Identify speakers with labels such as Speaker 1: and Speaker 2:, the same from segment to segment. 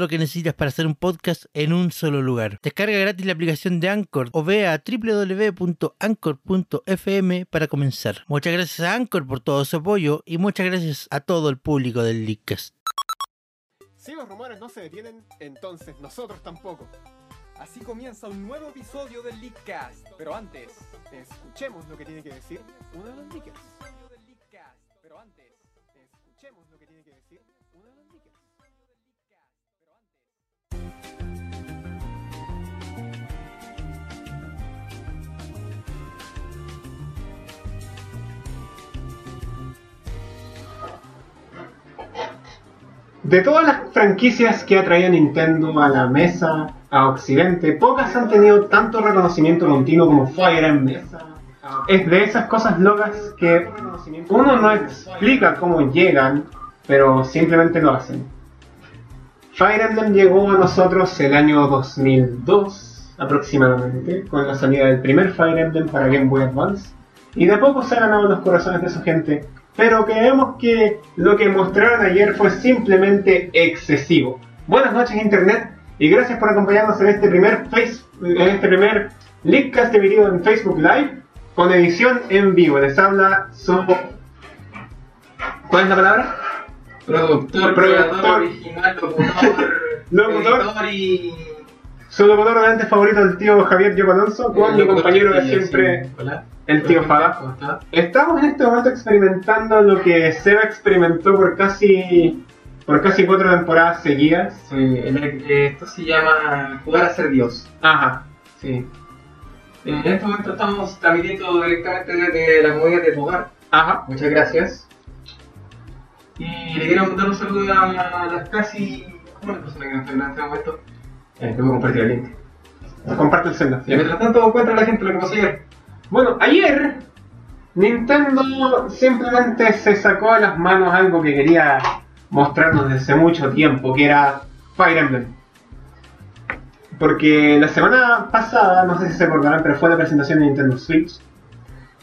Speaker 1: lo que necesitas para hacer un podcast en un solo lugar. Descarga gratis la aplicación de Anchor o ve a www.anchor.fm para comenzar. Muchas gracias a Anchor por todo su apoyo y muchas gracias a todo el público del Leadcast.
Speaker 2: Si los rumores no se detienen, entonces nosotros tampoco.
Speaker 3: Así comienza un nuevo episodio del Leakcast. Pero antes,
Speaker 2: Escuchemos lo que tiene que decir uno de los leakers.
Speaker 3: Pero antes, escuchemos lo que tiene que decir uno de los leakers.
Speaker 2: De todas las franquicias que ha traído Nintendo a la mesa, a Occidente, pocas han tenido tanto reconocimiento continuo como Fire Emblem. Es de esas cosas locas que uno no explica cómo llegan, pero simplemente lo hacen. Fire Emblem llegó a nosotros el año 2002 aproximadamente, con la salida del primer Fire Emblem para Game Boy Advance, y de poco se ha ganado los corazones de su gente, pero creemos que lo que mostraron ayer fue simplemente excesivo. Buenas noches Internet, y gracias por acompañarnos en este primer face, en este primer Leakcast dividido en Facebook Live con edición en vivo. Les habla su... ¿Cuál es la palabra?
Speaker 4: Productor,
Speaker 2: Productor.
Speaker 4: creador original, locutor,
Speaker 2: Locutor.
Speaker 4: editor y...
Speaker 2: Su locutor delante favorito, el tío Javier Diego Alonso, con mi
Speaker 4: locutor
Speaker 2: compañero de
Speaker 4: Castillo,
Speaker 2: siempre,
Speaker 4: sí. Hola.
Speaker 2: el tío
Speaker 4: Hola,
Speaker 2: Fada.
Speaker 4: ¿Cómo está?
Speaker 2: Estamos en este momento experimentando lo que Seba experimentó por casi por casi cuatro temporadas seguidas.
Speaker 4: Sí, el- eh, esto se llama jugar a ser Dios. Eh,
Speaker 2: Ajá, sí.
Speaker 4: En este momento estamos transmitiendo directamente desde la comunidad de tu hogar.
Speaker 2: Ajá.
Speaker 4: Muchas gracias. Y le quiero mandar un saludo a las casi... ¿Cómo las personas que nos están en este momento? Eh, te voy a compartir el link.
Speaker 2: Comparte el celda.
Speaker 4: Y mientras tanto, cuéntale a la gente lo que pasó ayer.
Speaker 2: Bueno, ayer Nintendo simplemente se sacó de las manos algo que quería mostrarnos desde mucho tiempo, que era Fire Emblem. Porque la semana pasada, no sé si se acordarán, pero fue la presentación de Nintendo Switch,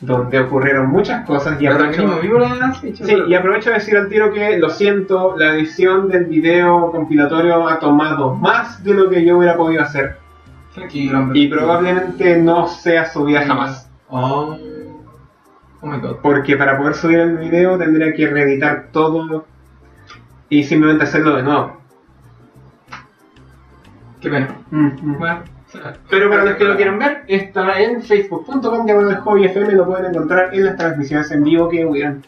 Speaker 2: donde ocurrieron muchas cosas y
Speaker 4: ¿Lo
Speaker 2: aprovecho-
Speaker 4: transmitimos vivo la Switch?
Speaker 2: Sí, y aprovecho de decir al tiro que, lo siento, la edición del video compilatorio ha tomado más de lo que yo hubiera podido hacer.
Speaker 4: Tranquilo, hombre.
Speaker 2: Y probablemente no sea subida
Speaker 4: Mm.
Speaker 2: jamás.
Speaker 4: Oh, oh my god.
Speaker 2: Porque para poder subir el video tendría que reeditar todo y simplemente hacerlo de nuevo.
Speaker 4: Qué pena. Bueno,
Speaker 2: Pero para los que lo quieran ver, está en facebook.com diagonal hobby FM, lo pueden encontrar en las transmisiones en vivo que hubieran.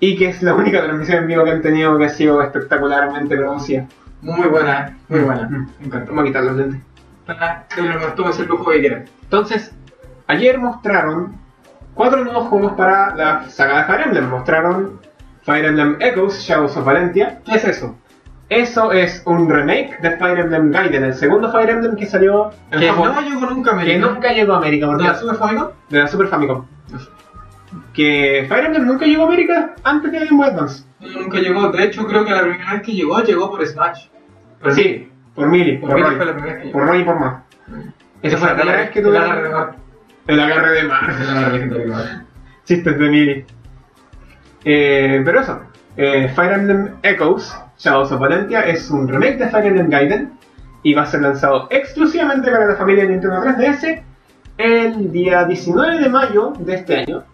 Speaker 2: Y que es la única transmisión en vivo que han tenido que ha sido espectacularmente producida.
Speaker 4: Muy buena, muy buena.
Speaker 2: Mm.
Speaker 4: Me encantó.
Speaker 2: Vamos a quitar los lentes.
Speaker 4: Para que lo gastó es el lujo que quieran.
Speaker 2: Entonces, ayer mostraron cuatro nuevos juegos para la saga de Fire Emblem. Mostraron Fire Emblem Echoes, Shadows of Valentia,
Speaker 4: ¿Qué es eso?
Speaker 2: Eso es un remake de Fire Emblem Gaiden, el segundo Fire Emblem que salió en
Speaker 4: Que
Speaker 2: Japón,
Speaker 4: no llegó nunca me
Speaker 2: que nunca llegó a América, porque
Speaker 4: ¿De la Super Famicom?
Speaker 2: de la Super Famicom. Que Fire Emblem nunca llegó a América antes de Game Boy Advance.
Speaker 4: No, nunca llegó. De hecho, creo que la primera vez que llegó, llegó por Smash. Pero
Speaker 2: sí, por Mili, por,
Speaker 4: por mí
Speaker 2: Roy,
Speaker 4: fue la primera vez que llegó.
Speaker 2: por Roy y por más. Esa fue la primera vez que tuve
Speaker 4: La agarré de mar.
Speaker 2: el agarre de mar.
Speaker 4: La agarré de mar.
Speaker 2: Chistes de Mili. Eh, pero eso, eh, Fire Emblem Echoes, Shadows of Valentia, es un remake de Fire Emblem Gaiden y va a ser lanzado exclusivamente para la familia de Nintendo 3DS el día 19 de mayo de este año.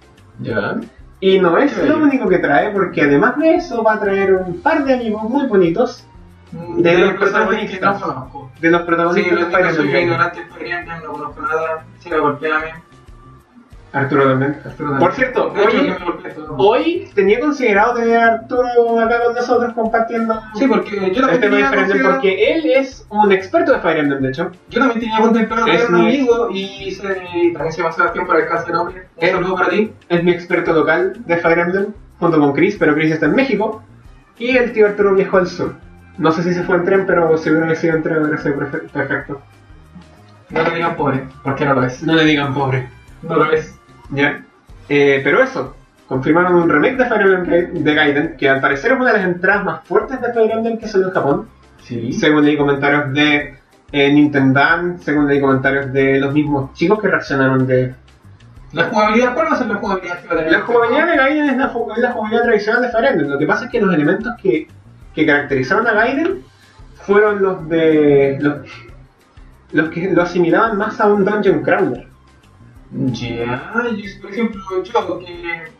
Speaker 4: Ya.
Speaker 2: Y no es
Speaker 4: Qué
Speaker 2: lo
Speaker 4: bello.
Speaker 2: único que trae, porque además de eso va a traer un par de amigos muy bonitos
Speaker 4: De
Speaker 2: los
Speaker 4: las cosas buenas que no
Speaker 2: protagonistas.
Speaker 4: conozco.
Speaker 2: de los
Speaker 4: Sí,
Speaker 2: protagonistas
Speaker 4: yo
Speaker 2: de Fire
Speaker 4: soy
Speaker 2: Emblem Gaiden.
Speaker 4: ignorante, en Fire Emblem, no conozco nada. Si la golpea a mí.
Speaker 2: Arturo también.
Speaker 4: Arturo también.
Speaker 2: Por cierto,
Speaker 4: De hecho,
Speaker 2: hoy-
Speaker 4: yo me golpeé todo.
Speaker 2: Hoy tenía considerado tener a Arturo acá con nosotros compartiendo
Speaker 4: Sí, porque yo
Speaker 2: este tema
Speaker 4: también tenía
Speaker 2: diferente
Speaker 4: considerado-
Speaker 2: porque él es un experto de Fire Emblem, de hecho.
Speaker 4: Yo también tenía contemplado
Speaker 2: Es
Speaker 4: tener un
Speaker 2: mi-
Speaker 4: amigo y se, también se llama Sebastián por alcance de nombre. Un
Speaker 2: Es-
Speaker 4: saludo para ti.
Speaker 2: Es mi experto local de Fire Emblem, junto con Chris, pero Chris está en México. Y el tío Arturo viajó al sur. No sé si se fue en tren, pero si hubiera sido en tren hubiera sido perfe- perfecto.
Speaker 4: No lo digan pobre, porque no lo es.
Speaker 2: No le digan pobre.
Speaker 4: No lo es.
Speaker 2: Ya. Eh, pero eso, confirmaron un remake de Fire Emblem Ga- de Gaiden, que al parecer es una de las entradas más fuertes de Fire Emblem que salió en Japón.
Speaker 4: Sí.
Speaker 2: Según leí comentarios de eh, Nintendo, según leí comentarios de los mismos chicos que reaccionaron de...
Speaker 4: La jugabilidad, ¿cuál va a ser la jugabilidad que va a tener?
Speaker 2: La jugabilidad de Gaiden es la, ju- es la jugabilidad tradicional de Fire Emblem. Lo que pasa es que los elementos que, que caracterizaron a Gaiden fueron los de... Los, los que lo asimilaban más a un Dungeon Crawler.
Speaker 4: Ya, yo, por ejemplo, yo que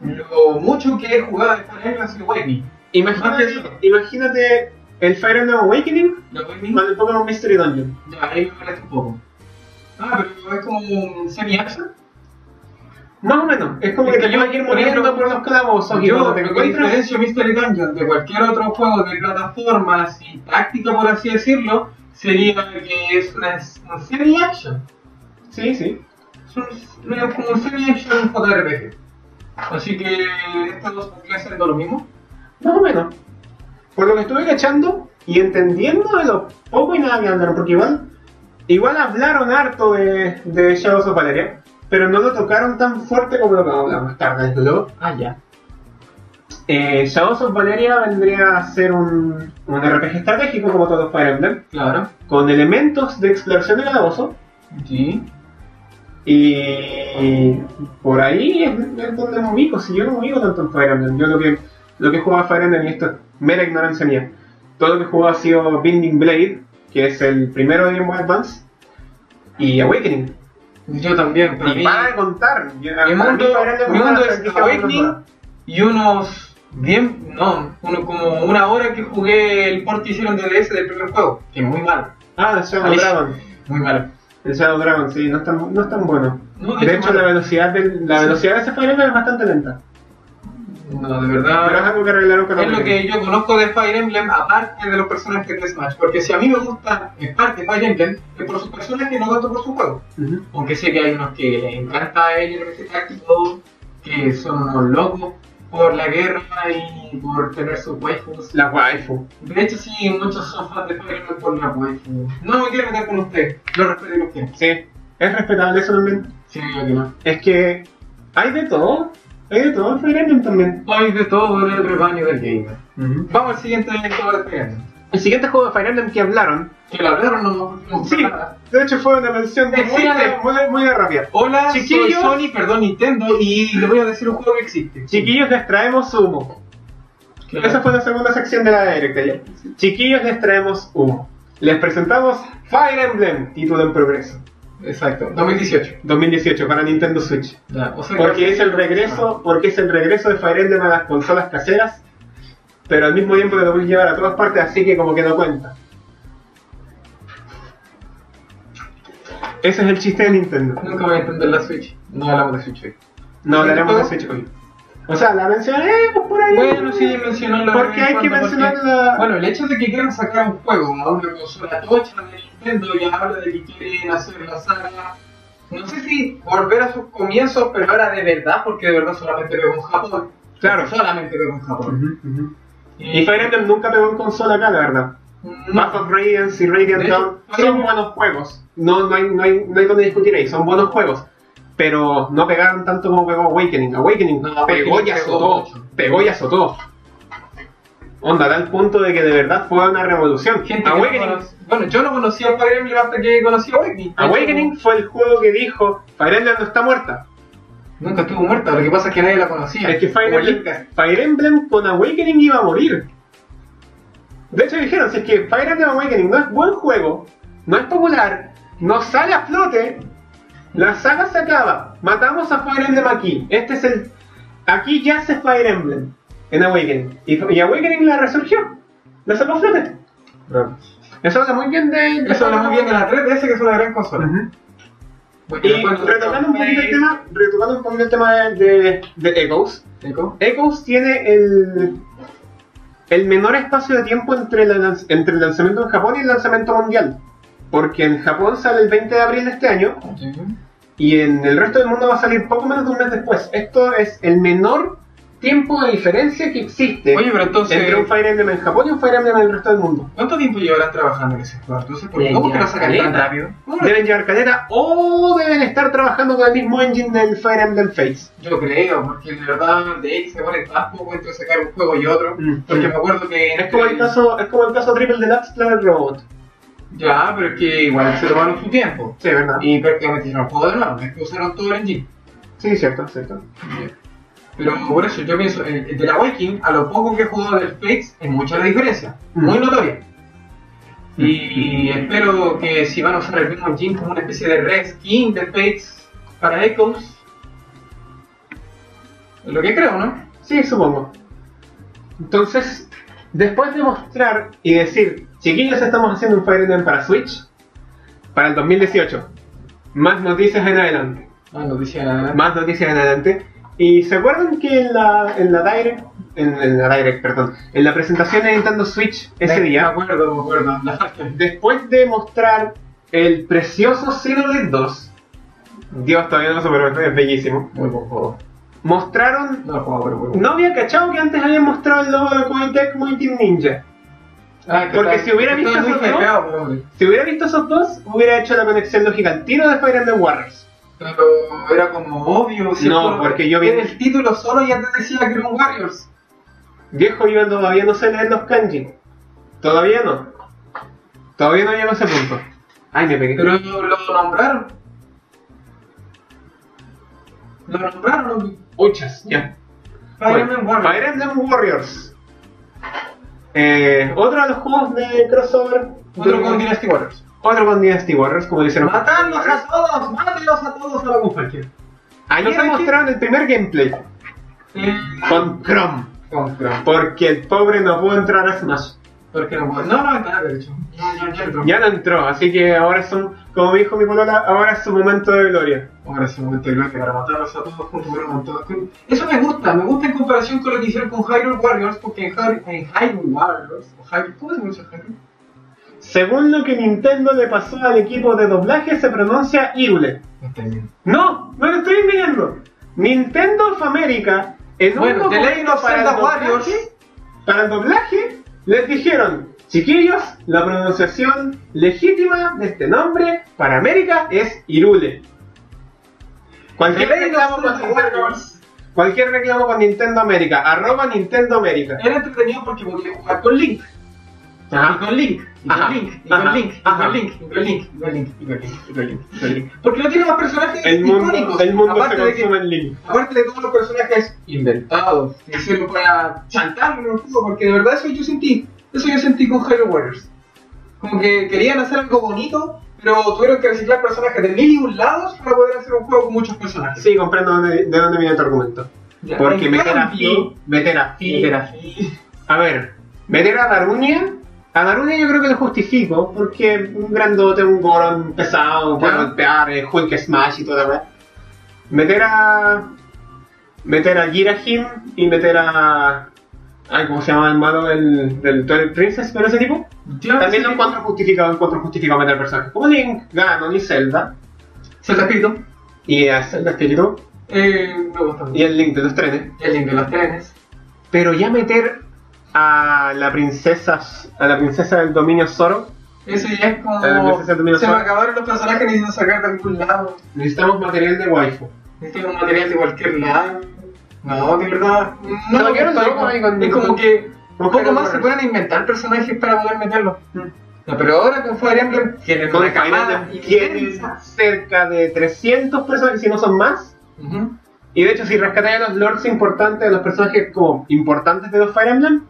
Speaker 4: lo mucho que he jugado de Fire Emblem ha sido Awakening.
Speaker 2: Imagínate, imagínate el Fire Emblem Awakening
Speaker 4: La Awakening,
Speaker 2: con el Pokémon Mystery Dungeon.
Speaker 4: ya, ahí me molesta un poco. Ah, pero es como un semi-action.
Speaker 2: Más o menos, es como
Speaker 4: Es
Speaker 2: que
Speaker 4: que
Speaker 2: te
Speaker 4: yo,
Speaker 2: van a ir
Speaker 4: por
Speaker 2: muriendo
Speaker 4: ejemplo,
Speaker 2: por los calabozos y cuando
Speaker 4: Yo,
Speaker 2: te
Speaker 4: lo que
Speaker 2: encuentras.
Speaker 4: diferencio Mystery Dungeon de cualquier otro juego de plataformas y táctica, por así decirlo, sería que es una, una semi-action.
Speaker 2: Sí, sí.
Speaker 4: Es un- es como un semi-action JRPG. Así que estos dos podrían ser lo mismo.
Speaker 2: Más o menos. Por lo que estuve cachando y entendiendo de lo poco y nada que hablaron, porque igual, igual hablaron harto de, de Shadows of Valeria, pero no lo tocaron tan fuerte como lo que hablamos más tarde, desde luego.
Speaker 4: Ah, ya.
Speaker 2: Eh, Shadows of Valeria vendría a ser un, un RPG estratégico como todos los Fire Emblem,
Speaker 4: Claro.
Speaker 2: con elementos de exploración de calabozo,
Speaker 4: Sí.
Speaker 2: Y por ahí es, es donde me ubico, si yo no me ubico tanto en Fire Emblem, yo lo que, lo que he jugado a Fire Emblem, y esto es mera ignorancia mía, todo lo que he jugado ha sido Binding Blade, que es el primero de Game Boy Advance, y Awakening.
Speaker 4: Yo también, para
Speaker 2: Y
Speaker 4: mí.
Speaker 2: para de contar, yo-
Speaker 4: Mi
Speaker 2: para mí
Speaker 4: mundo,
Speaker 2: Fire Emblem
Speaker 4: mi
Speaker 2: una
Speaker 4: mundo
Speaker 2: de las
Speaker 4: es
Speaker 2: franquicias más
Speaker 4: Awakening
Speaker 2: valoradas.
Speaker 4: y unos 10, no, uno, como una hora que jugué el port que hicieron de DS del primer juego, que es muy malo,
Speaker 2: Ah, el Shadow
Speaker 4: Ahí.
Speaker 2: Dragon.
Speaker 4: muy malo.
Speaker 2: El Shadow Dragon, sí, no es tan, no es tan bueno.
Speaker 4: No,
Speaker 2: De hecho, la
Speaker 4: malo.
Speaker 2: velocidad, del, la
Speaker 4: Sí.
Speaker 2: velocidad de ese Fire Emblem es bastante lenta.
Speaker 4: no, de
Speaker 2: Pero es
Speaker 4: verdad,
Speaker 2: algo que arreglaron con
Speaker 4: es lo
Speaker 2: Awakening.
Speaker 4: que yo conozco de Fire Emblem, aparte de los personajes de Smash, porque si a mí me gusta en parte Fire Emblem, es por sus personajes, no tanto por su juego.
Speaker 2: Ujú.
Speaker 4: Aunque sé que hay unos que les encanta el RPG táctico, que son unos locos por la guerra y por tener sus waifus.
Speaker 2: La waifu.
Speaker 4: De hecho, sí, muchos son fans de Fire Emblem por la waifu. No me quiero meter con usted, lo respeto y lo quiero.
Speaker 2: Sí, es respetable eso también.
Speaker 4: Sí, yo que no.
Speaker 2: Es que hay de todo. Hay de todo en Fire Emblem también.
Speaker 4: Hoy de todo el rebaño del gamer. Vamos al siguiente juego de Fire Emblem.
Speaker 2: El siguiente juego de Fire Emblem que hablaron.
Speaker 4: Que lo hablaron, no no, no, no
Speaker 2: Sí,
Speaker 4: nada.
Speaker 2: de hecho fue una mención de muy,
Speaker 4: Excelente.
Speaker 2: muy, muy de rabia.
Speaker 4: Hola, soy
Speaker 2: Chiquillos.
Speaker 4: Sony, perdón, Nintendo, y le voy a decir un juego que existe.
Speaker 2: Chiquillos, les traemos humo.
Speaker 4: Claro.
Speaker 2: Esa fue la segunda sección de la directa ya. Chiquillos, les traemos humo. Les presentamos Fire Emblem, título en progreso.
Speaker 4: Exacto, 2018.
Speaker 2: 2018 para Nintendo Switch.
Speaker 4: Ya, o sea,
Speaker 2: Porque
Speaker 4: que-
Speaker 2: es el
Speaker 4: Ah.
Speaker 2: regreso, porque es el regreso de Fire Emblem a las consolas caseras, pero al mismo tiempo te lo voy a llevar a todas partes, así que como que no cuenta. Ese es el chiste de Nintendo.
Speaker 4: Ah, Nunca voy a entender la Switch. No hablamos de Switch hoy.
Speaker 2: No hablaremos de Switch hoy. O sea, la mencioné pues, por ahí.
Speaker 4: Bueno, sí, mencionarlo.
Speaker 2: Porque hay que mencionar la-
Speaker 4: Bueno, el hecho de que quieran sacar un juego a una consola tocha de Nintendo ya habla de que quieren hacer la saga. No sé si volver a sus comienzos, pero ahora de verdad, porque de verdad solamente veo con Japón.
Speaker 2: Claro.
Speaker 4: Solamente veo con Japón.
Speaker 2: Ujú, ujú. Y Fire Emblem nunca pegó en consola acá, la verdad.
Speaker 4: no,
Speaker 2: Path of Radiance y Radiant
Speaker 4: De
Speaker 2: Dawn
Speaker 4: hecho,
Speaker 2: son
Speaker 4: sí.
Speaker 2: buenos juegos. No, no, hay, no, hay, no hay donde discutir ahí, son buenos juegos. Pero no pegaron tanto como pegó Awakening. Awakening
Speaker 4: No,
Speaker 2: pegó
Speaker 4: Awakening
Speaker 2: y
Speaker 4: pegó
Speaker 2: azotó.
Speaker 4: mucho.
Speaker 2: Pegó y azotó. Onda, tal punto de que de verdad fue una revolución.
Speaker 4: gente que no
Speaker 2: Awakening,
Speaker 4: conoce- Bueno, yo no conocía a Fire Emblem hasta que conocí a Awakening.
Speaker 2: Awakening fue el juego que dijo Fire Emblem no está muerta.
Speaker 4: Nunca estuvo muerta, lo que pasa es que nadie la conocía.
Speaker 2: Es que Fire
Speaker 4: Como
Speaker 2: Emblem,
Speaker 4: Linka.
Speaker 2: Fire Emblem con Awakening iba a morir. De hecho dijeron, si es que Fire Emblem Awakening no es buen juego, no es popular, no sale a flote, la saga se acaba. Matamos a Fire Emblem aquí. Este es el... Aquí ya se Fire Emblem en Awakening. Y, y Awakening la resurgió. La sacó a flote. Eso habla muy bien de...
Speaker 4: Eso habla muy bien de la 3DS, que es una gran consola.
Speaker 2: Ujú.
Speaker 4: Porque
Speaker 2: Y
Speaker 4: después-
Speaker 2: retocando un poquito el tema, retocando un poquito el tema de, de, de Echoes,
Speaker 4: Echo.
Speaker 2: Echoes tiene el, el menor espacio de tiempo entre, la lanz- entre el lanzamiento en Japón y el lanzamiento mundial. Porque en Japón sale el 20 de abril de este año y en el resto del mundo va a salir poco menos de un mes después. Esto es el menor tiempo de diferencia que existe
Speaker 4: Oye, pero entonces,
Speaker 2: entre un Fire Emblem en Japón y un Fire Emblem en el resto del mundo.
Speaker 4: ¿cuánto tiempo llevarán trabajando en ese juego? Entonces, ¿por
Speaker 5: Ya,
Speaker 4: qué? ¿Cómo que
Speaker 5: ya,
Speaker 4: lo sacan tan
Speaker 5: caleta.
Speaker 4: rápido? No,
Speaker 2: Deben llevar caleta o deben estar trabajando con el mismo engine del Fire Emblem Fates.
Speaker 4: Yo creo, porque de verdad de ahí se pone tan poco entre sacar un juego y otro.
Speaker 5: Mm.
Speaker 4: Porque me acuerdo que. este-
Speaker 2: Es como el caso, es como el caso Triple Deluxe Planet Robot.
Speaker 4: Ya, pero es que igual se tomaron su tiempo.
Speaker 2: Sí, verdad.
Speaker 4: Y prácticamente hicieron el juego de nuevo, es que usaron todo el engine.
Speaker 2: Sí, cierto, cierto.
Speaker 4: Pero por eso yo pienso, el, el del Awakening, a lo poco que he jugado del Fates, es mucha la diferencia,
Speaker 2: Mm.
Speaker 4: muy notoria. Y espero que si van a usar el mismo engine como una especie de reskin del Fates para Echoes, es lo que creo, ¿no?
Speaker 2: Sí, supongo. Entonces, después de mostrar y decir, chiquillos, estamos haciendo un Fire Emblem para Switch para el 2018. Más noticias en adelante.
Speaker 4: Ah, noticia.
Speaker 2: Más noticias en adelante. Y se acuerdan que en la, en la Direct, en, en la Direct, perdón, en la presentación de Nintendo Switch ese
Speaker 4: Me- Me
Speaker 2: día,
Speaker 4: acuerdo, me acuerdo. la-
Speaker 2: después de mostrar el precioso Xenoblade 2, Dios, todavía no lo supero, es bellísimo,
Speaker 4: Muy buen juego.
Speaker 2: mostraron
Speaker 4: No lo he jugado, pero muy buen
Speaker 2: No había cachado que antes habían mostrado el logo de Coin como en Team Ninja.
Speaker 4: Ah, que
Speaker 2: Porque
Speaker 4: está-
Speaker 2: si hubiera
Speaker 4: está
Speaker 2: visto
Speaker 4: muy
Speaker 2: esos dos-
Speaker 4: hypeado, pero, hombre.
Speaker 2: Si hubiera visto esos dos, hubiera hecho la conexión lógica al tiro de Fire Emblem Warriors.
Speaker 4: Pero era como obvio. si
Speaker 2: No,
Speaker 4: el juego-
Speaker 2: porque yo vi-
Speaker 4: era el título solo ya te decía que era un Warriors.
Speaker 2: Viejo, yo todavía no sé leer los kanji. Todavía no. Todavía no llego a ese punto. Ay, me pegué.
Speaker 4: Pero lo nombraron. Lo nombraron.
Speaker 2: Muchas, ya.
Speaker 4: Fire
Speaker 2: Bueno,
Speaker 4: Emblem Warriors.
Speaker 2: Fire Emblem Warriors. Eh, otro de los juegos de crossover.
Speaker 4: Otro
Speaker 2: de-
Speaker 4: con Dynasty este Warriors.
Speaker 2: Otro con Dynasty Warriors, como dicen.
Speaker 4: ¡Matarlos a todos! ¡Mátenlos a todos a la mujer! ¿No
Speaker 2: Ayer
Speaker 4: sabes qué?
Speaker 2: mostraron el primer gameplay con Chrome. Porque el pobre no pudo entrar a Smash.
Speaker 4: Porque no, puedo- no, no, está derecho. No, no, no, entro.
Speaker 2: Ya no entró, así que ahora son, como me dijo mi polola, ahora es su momento de gloria.
Speaker 4: Ahora es el momento de gloria para matarlos a todos juntos para montar. Eso me gusta, me gusta en comparación con lo que hicieron con Hyrule Warriors, porque en, Hy- en Hyrule Warriors, o Hy- ¿cómo se pronuncia Hyrule?
Speaker 2: Según lo que Nintendo le pasó al equipo de doblaje, se pronuncia Irule.
Speaker 4: No está bien.
Speaker 2: No, no lo estoy enviando. Nintendo of America, en
Speaker 4: Bueno,
Speaker 2: un
Speaker 4: The Legend
Speaker 2: documento
Speaker 4: of
Speaker 2: para el,
Speaker 4: Zelda
Speaker 2: doblaje,
Speaker 4: Warriors.
Speaker 2: para el doblaje, les dijeron, chiquillos, la pronunciación legítima de este nombre para América es Irule.
Speaker 4: The
Speaker 2: Cualquier
Speaker 4: Legend
Speaker 2: reclamo,
Speaker 4: of
Speaker 2: con
Speaker 4: Zelda
Speaker 2: Nintendo,
Speaker 4: Warriors.
Speaker 2: cualquier reclamo con Nintendo América, arroba Nintendo América.
Speaker 4: Era entretenido porque podía jugar con Link. Y con Link, y
Speaker 2: Ajá.
Speaker 4: con Link, y con
Speaker 2: Ajá.
Speaker 4: Link, y
Speaker 2: Ajá.
Speaker 4: con Link, y con Link, y con Link, y con Link, y con Link, y con Link. Porque no tiene más personajes
Speaker 2: El mundo,
Speaker 4: icónicos.
Speaker 2: el mundo se
Speaker 4: aparte de que-
Speaker 2: consume en link.
Speaker 4: Aparte de todos los personajes inventados que hicieron para chantarlo en el juego, porque de verdad eso yo sentí, eso yo sentí con Hyrule Warriors. Como que querían hacer algo bonito, pero tuvieron que reciclar personajes de mil y un lados para poder hacer un juego con muchos personajes.
Speaker 2: Sí, comprendo dónde- de dónde viene tu argumento.
Speaker 4: Ya,
Speaker 2: Porque
Speaker 4: en
Speaker 2: meter a
Speaker 4: cambio-
Speaker 2: Fi, meter a Fi, meter a Fi.
Speaker 4: Sí.
Speaker 2: A ver, meter a Darunia, a Darunia yo creo que lo justifico, porque un grandote, un gorón pesado, puede
Speaker 4: Ya.
Speaker 2: golpear, eh, Hulk Smash y toda la verdad. Meter a... meter a Girahim y meter a... Ay, ¿cómo se llama el malo del, del Twilight Princess? ¿Pero ese tipo?
Speaker 4: Claro,
Speaker 2: También
Speaker 4: sí.
Speaker 2: lo encuentro justificado, encuentro justificado meter personajes como Link, Ganon y Zelda.
Speaker 4: Se lo escrito.
Speaker 2: Y a Zelda Espíritu.
Speaker 4: Eh, me gusta mucho.
Speaker 2: y el link de los trenes.
Speaker 4: El link de los trenes.
Speaker 2: Pero ya meter a la princesa a la princesa del dominio Zoro,
Speaker 4: Ese ya es como.
Speaker 2: Eh, no sé si el dominio
Speaker 4: se me
Speaker 2: sabe.
Speaker 4: acabaron los personajes necesito sacar de algún lado.
Speaker 2: necesitamos material de waifu.
Speaker 4: Necesito un material de cualquier lado. No, de verdad. No,
Speaker 2: Se
Speaker 4: me
Speaker 2: quedaron
Speaker 4: gustó.
Speaker 2: locos ahí con-
Speaker 4: Es como que
Speaker 2: con
Speaker 4: un poco
Speaker 2: Hyrule
Speaker 4: más se
Speaker 2: Warriors.
Speaker 4: pueden inventar personajes para poder meterlos. No, pero ahora con Fire Emblem tienen
Speaker 2: Con
Speaker 4: una camada
Speaker 2: Fire Emblem tienen
Speaker 4: inmensa.
Speaker 2: cerca de 300 personajes, si no son más.
Speaker 4: Ujú.
Speaker 2: Y de hecho, si rescatáis a los lords importantes, a los personajes como importantes de los Fire Emblem,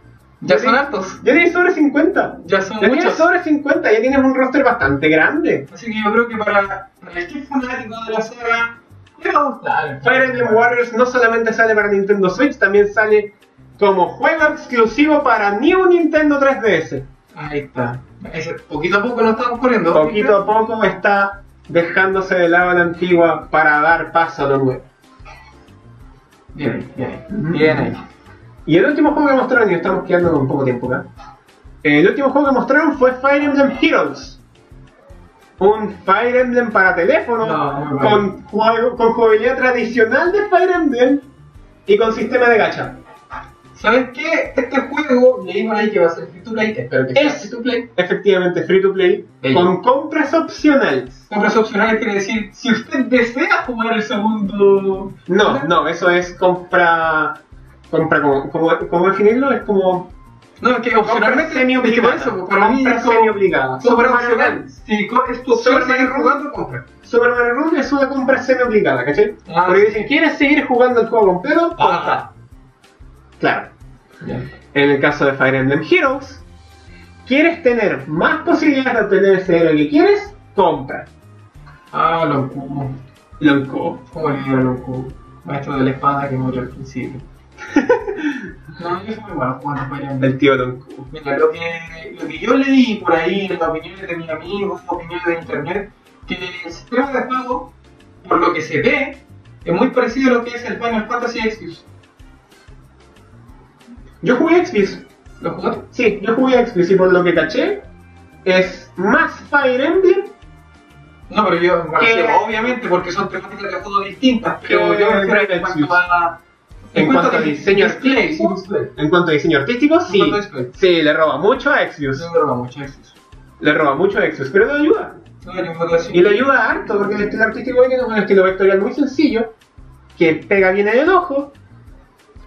Speaker 4: Ya
Speaker 2: Sí.
Speaker 4: son hartos.
Speaker 2: ya tienes sobre 50.
Speaker 4: Ya son
Speaker 2: Ya tienes
Speaker 4: muchos.
Speaker 2: sobre 50, ya tienes un roster bastante grande.
Speaker 4: Así que yo creo que para, para el que es fanático de la saga, le va a gustar.
Speaker 2: Fire Emblem Warriors no solamente sale para Nintendo Switch, también sale como juego exclusivo para New Nintendo 3DS.
Speaker 4: Ahí está. Ese- poquito a poco nos estamos corriendo.
Speaker 2: Poquito a poco está dejándose de lado la antigua para dar paso a lo nuevo.
Speaker 4: Bien ahí, bien ahí. Bien ahí.
Speaker 2: Y el último juego que mostraron, y estamos quedando con poco tiempo acá. El último juego que mostraron fue Fire Emblem Heroes. Un Fire Emblem para teléfono
Speaker 4: No, muy bueno.
Speaker 2: con, juego- con jugabilidad tradicional de Fire Emblem y con sistema de gacha.
Speaker 4: ¿Sabes qué? Este juego, leí por ahí que va a ser free to play, espero que sea
Speaker 2: Es-
Speaker 4: free to play.
Speaker 2: Efectivamente, free to play,
Speaker 4: Bello.
Speaker 2: con compras opcionales.
Speaker 4: Compras opcionales quiere decir, si usted desea jugar el segundo...
Speaker 2: No, no, eso es compra. Compra, como, como, ¿cómo definirlo? Es como.
Speaker 4: No, es que
Speaker 2: Compra
Speaker 4: opcionalmente...
Speaker 2: semi-obligada.
Speaker 4: es que por eso, para mí
Speaker 2: Compra
Speaker 4: es como-
Speaker 2: semi-obligada. Super
Speaker 4: Compra
Speaker 2: Mario
Speaker 4: opcional.
Speaker 2: Run.
Speaker 4: Si co- es tu
Speaker 2: Super
Speaker 4: opción seguir
Speaker 2: Mario
Speaker 4: jugando, compra.
Speaker 2: Super Mario Run es una compra semi-obligada, ¿cachai?
Speaker 4: Ah,
Speaker 2: Porque
Speaker 4: sí.
Speaker 2: dicen, ¿quieres seguir jugando el juego completo?
Speaker 4: Ah,
Speaker 2: Compra. Claro. En el caso de Fire Emblem Heroes, ¿quieres tener más posibilidades de obtener ese héroe que quieres? Compra.
Speaker 4: Ah, loco.
Speaker 2: Lonco.
Speaker 4: Como el libro loco. Maestro de la espada que murió al principio. no, yo soy muy bueno jugando Fire Emblem.
Speaker 2: El tío Lonco.
Speaker 4: Mira, lo que, lo que yo leí por ahí en las opiniones de mis amigos, opiniones de internet, que el sistema de juego, por lo que se ve, es muy parecido a lo que es el Final Fantasy Exvius.
Speaker 2: Yo jugué Exvius.
Speaker 4: ¿Lo jugaste?
Speaker 2: Sí, yo jugué Exvius y por lo que caché, es más Fire Emblem
Speaker 4: No, pero yo, bueno,
Speaker 2: Eh,
Speaker 4: sí, obviamente, porque son temáticas de juego distintas, pero
Speaker 2: Eh,
Speaker 4: yo me refiero en
Speaker 2: Exvius.
Speaker 4: cuanto a...
Speaker 2: En cuanto a diseño
Speaker 4: display, sí,
Speaker 2: artístico.
Speaker 4: display.
Speaker 2: en cuanto a diseño artístico,
Speaker 4: En
Speaker 2: sí.
Speaker 4: cuanto a display.
Speaker 2: Sí, le roba mucho a Exvius.
Speaker 4: No me roba mucho Exvius.
Speaker 2: Le roba mucho a Exvius, pero lo ayuda.
Speaker 4: No, yo me acuerdo así.
Speaker 2: Y lo ayuda harto, porque el estilo artístico que tiene es un estilo vectorial muy sencillo, que pega bien en el ojo,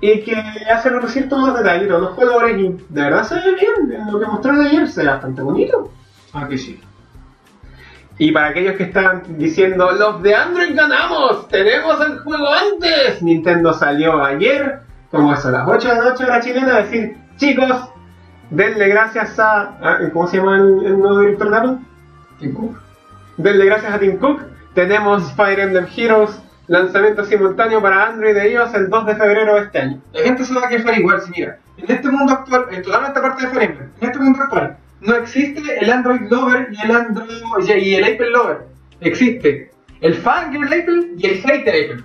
Speaker 2: y que hace reproducir todos los detalles, todos los colores, y de verdad se ve bien. Lo que mostraron ayer se ve bastante bonito.
Speaker 4: Ah, que sí.
Speaker 2: Y para aquellos que están diciendo, los de Android ganamos, tenemos el juego antes, Nintendo salió ayer, como eso, a las 8 de la noche hora chilena, a decir, chicos, denle gracias a, a- ¿cómo se llama el, el nuevo director de Apple?
Speaker 4: Tipo,
Speaker 2: Denle gracias a Tim Cook, tenemos Fire Emblem Heroes, lanzamiento simultáneo para Android e iOS el 2 de febrero de este año.
Speaker 4: La gente se va a quejar igual si mira, en este mundo actual, en toda esta parte de Fire Emblem, en este mundo actual, no existe el Android Lover y el Android o sea, y el Apple Lover. Existe el Fangirl Apple y el Hater Apple.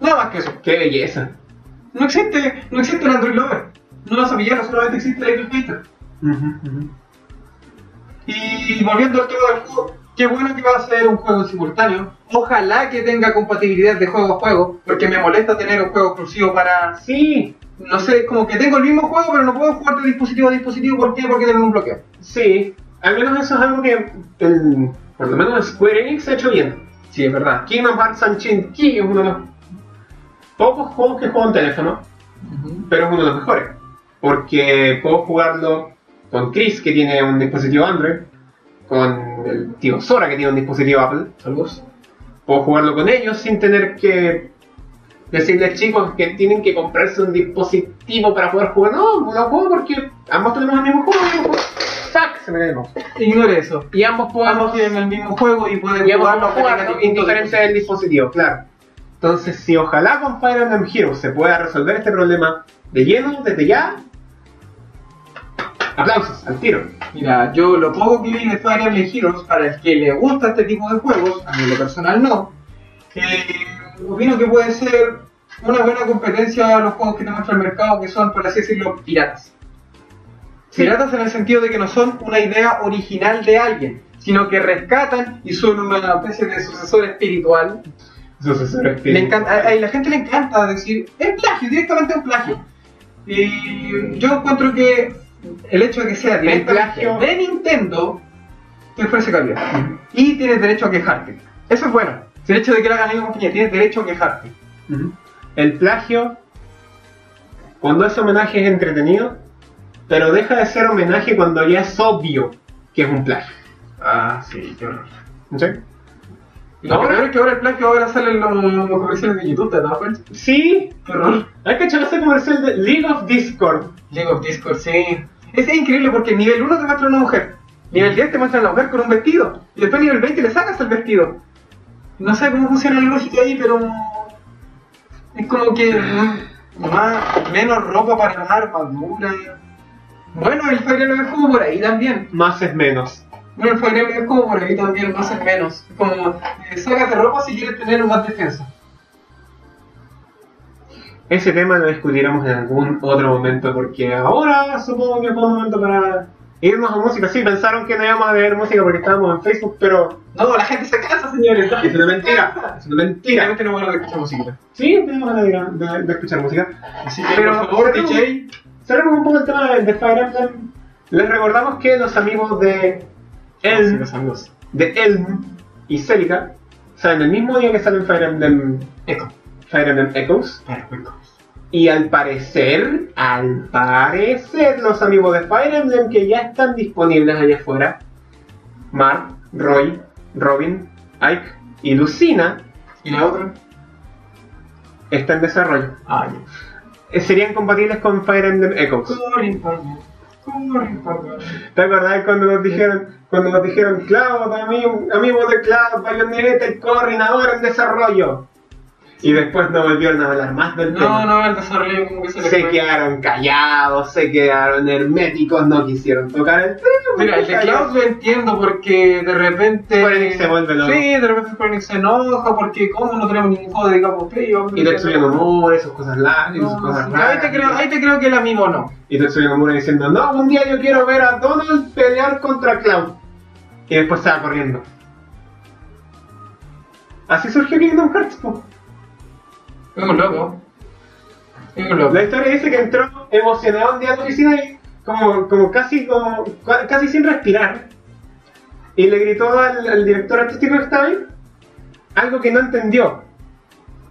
Speaker 4: Nada más que eso.
Speaker 2: ¡Qué belleza!
Speaker 4: No existe, no existe el Android Lover. No lo sabía, solamente existe el Apple Hater. Y volviendo al tema del juego, qué bueno que va a ser un juego en simultáneo. Ojalá que tenga compatibilidad de juego a juego, porque me molesta tener un juego exclusivo para
Speaker 2: Sí,
Speaker 4: no sé, como que tengo el mismo juego, pero no puedo jugar de dispositivo a dispositivo. ¿Por qué? Porque tienen un bloqueo.
Speaker 2: sí. Al menos eso es algo que, el- por lo menos Square Enix ha hecho bien.
Speaker 4: Sí, es verdad.
Speaker 2: Kingdom Hearts Unchained Key es uno de los pocos juegos que juego en teléfono, pero es uno de los mejores. Porque puedo jugarlo con Chris, que tiene un dispositivo Android, con el tío Sora, que tiene un dispositivo Apple.
Speaker 4: Saludos.
Speaker 2: Puedo jugarlo con ellos sin tener que decirles, chicos, que tienen que comprarse un dispositivo para poder jugar. No, no puedo porque ambos tenemos el mismo juego. el mismo juego. ¡Sac! Se me cae el mouse.
Speaker 4: Ignore eso.
Speaker 2: Y ambos
Speaker 4: Ambos
Speaker 2: podemos
Speaker 4: tienen el mismo juego y pueden
Speaker 2: y ambos
Speaker 4: jugarlo
Speaker 2: podemos jugarlo indiferente del dispositivo, claro. Entonces, si ojalá con Fire Emblem Heroes se pueda resolver este problema de lleno desde ya, aplausos al tiro.
Speaker 4: Mira, yo lo poco que vi de Fire Emblem Heroes, para el que le gusta este tipo de juegos, a mí en lo personal no, eh, opino que puede ser una buena competencia a los juegos que te muestra el mercado, que son, por así decirlo, piratas. Piratas en el sentido de que no son una idea original de alguien, sino que rescatan y son una especie de sucesor espiritual. Le encanta, a, a la gente le encanta decir, es plagio, directamente es un plagio. Y yo encuentro que el hecho de que sea directamente
Speaker 2: plagio.
Speaker 4: de Nintendo te ofrece calidad. Y tienes derecho a quejarte. Eso es bueno. El hecho de que lo hagan la misma compañía, tienes derecho a quejarte.
Speaker 2: Ujú. El plagio, cuando ese homenaje es entretenido, pero deja de ser homenaje cuando ya es obvio que es un plagio.
Speaker 4: Ah, sí, qué horror.
Speaker 2: ¿Sí?
Speaker 4: Lo
Speaker 2: Ahora-
Speaker 4: peor es que ahora el plagio ahora sale en los, los comerciales de YouTube, ¿te das cuenta?
Speaker 2: Sí,
Speaker 4: Qué horror.
Speaker 2: hay que echar ese comercial de League of Discord.
Speaker 4: League of Discord, sí. Es increíble porque en nivel 1 te muestra una mujer, nivel 10 te muestra una mujer con un vestido, y después en nivel 20 le sacas el vestido. No sé cómo funciona la lógica ahí, pero. Es como que. mm, Más, menos ropa para armadura. Bueno, el Fire Emblem estuvo por ahí también.
Speaker 2: Más es menos.
Speaker 4: Bueno, el Fire Emblem es como por ahí también, más o menos. Es Como, eh, sácate ropa si quieres tener más defensa.
Speaker 2: Ese tema lo discutiremos en algún otro momento, porque ahora supongo que es buen momento para irnos a música. Sí, pensaron que no íbamos a ver música porque estábamos en Facebook, pero
Speaker 4: No, la gente se cansa, señores. La
Speaker 2: es
Speaker 4: gente
Speaker 2: una
Speaker 4: se
Speaker 2: mentira.
Speaker 4: cansa.
Speaker 2: Es una
Speaker 4: La
Speaker 2: mentira.
Speaker 4: gente no va a escuchar música.
Speaker 2: Sí, tenemos ganas de, de- de escuchar música.
Speaker 4: Así que,
Speaker 2: Pero,
Speaker 4: por favor,
Speaker 2: pero-
Speaker 4: DJ,
Speaker 2: Cerremos un poco el tema de, de Fire Emblem. Les recordamos que los amigos de
Speaker 4: Sí,
Speaker 2: Elm,
Speaker 4: los amigos.
Speaker 2: de Elm y Celica salen el mismo día que salen Fire Emblem,
Speaker 4: Echo.
Speaker 2: Fire Emblem Echoes.
Speaker 4: Perfecto.
Speaker 2: Y al parecer, al parecer, los amigos de Fire Emblem que ya están disponibles allá afuera, Mark, Roy, Robin, Ike y Lucina,
Speaker 4: ¿Y la otra?
Speaker 2: está en desarrollo.
Speaker 4: Ah, ya.
Speaker 2: Eh, Serían compatibles con Fire Emblem Echoes.
Speaker 4: ¿Cómo limparme? ¿Cómo limparme?
Speaker 2: ¿Te acordás cuando nos dijeron, cuando nos dijeron, Cloud, amigo, amigo de Cloud, Bayonetta y Corrin ahora en desarrollo? Y después no volvieron a hablar más del tema.
Speaker 4: No, no, el desarrollo como que se le
Speaker 2: Se
Speaker 4: fue.
Speaker 2: quedaron callados, se quedaron herméticos, no quisieron tocar el tema.
Speaker 4: Mira, el de Cloud lo entiendo porque de repente.
Speaker 2: Square Enix se vuelve loco.
Speaker 4: Sí, de repente Square Enix se enoja porque, ¿cómo no tenemos ningún juego dedicado a Play?
Speaker 2: Y Tetsuya Nomura y sus cosas largas y sus cosas raras.
Speaker 4: ahí, te creo, ahí te creo que la mimo no.
Speaker 2: Y Tetsuya Nomura diciendo, no, un día yo quiero ver a Donald pelear contra Cloud. Y después se va corriendo. Así surgió Kingdom Hearts, po.
Speaker 4: Es un loco. Es un loco.
Speaker 2: La historia dice que entró emocionado un día a la oficina y como, como casi como cua- casi sin respirar. Y le gritó al, al director artístico que estaba ahí algo que no entendió.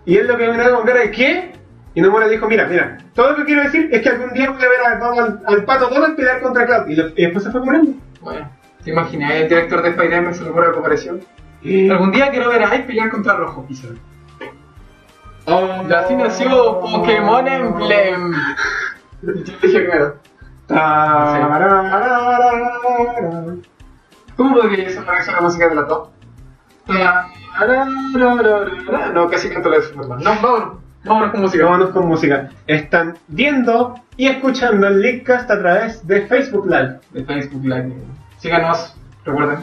Speaker 2: Y él lo que miró con cara de ¿qué? Y Nomura dijo, mira, mira, todo lo que quiero decir es que algún día voy a ver a Donald- al pato Donald pelear contra Cloud. Y, lo- y después se fue corriendo.
Speaker 4: Bueno, te imaginas, el director de Spider-Man se le ocurre la comparación.
Speaker 2: Oh,
Speaker 4: Algún día quiero ver a Ice pelear contra Rojo, quizás. Y así nació Pokémon Emblem. Y Yo dije primero,
Speaker 2: Tarararararara.
Speaker 4: ¿cómo podría ser una la música de la top? Tarararararara. No, casi canto la de Superman. No, vámonos. Vámonos con música.
Speaker 2: Vámonos con música. Están viendo y escuchando el Leadcast a través de Facebook Live.
Speaker 4: De Facebook Live. Síganos, recuerden.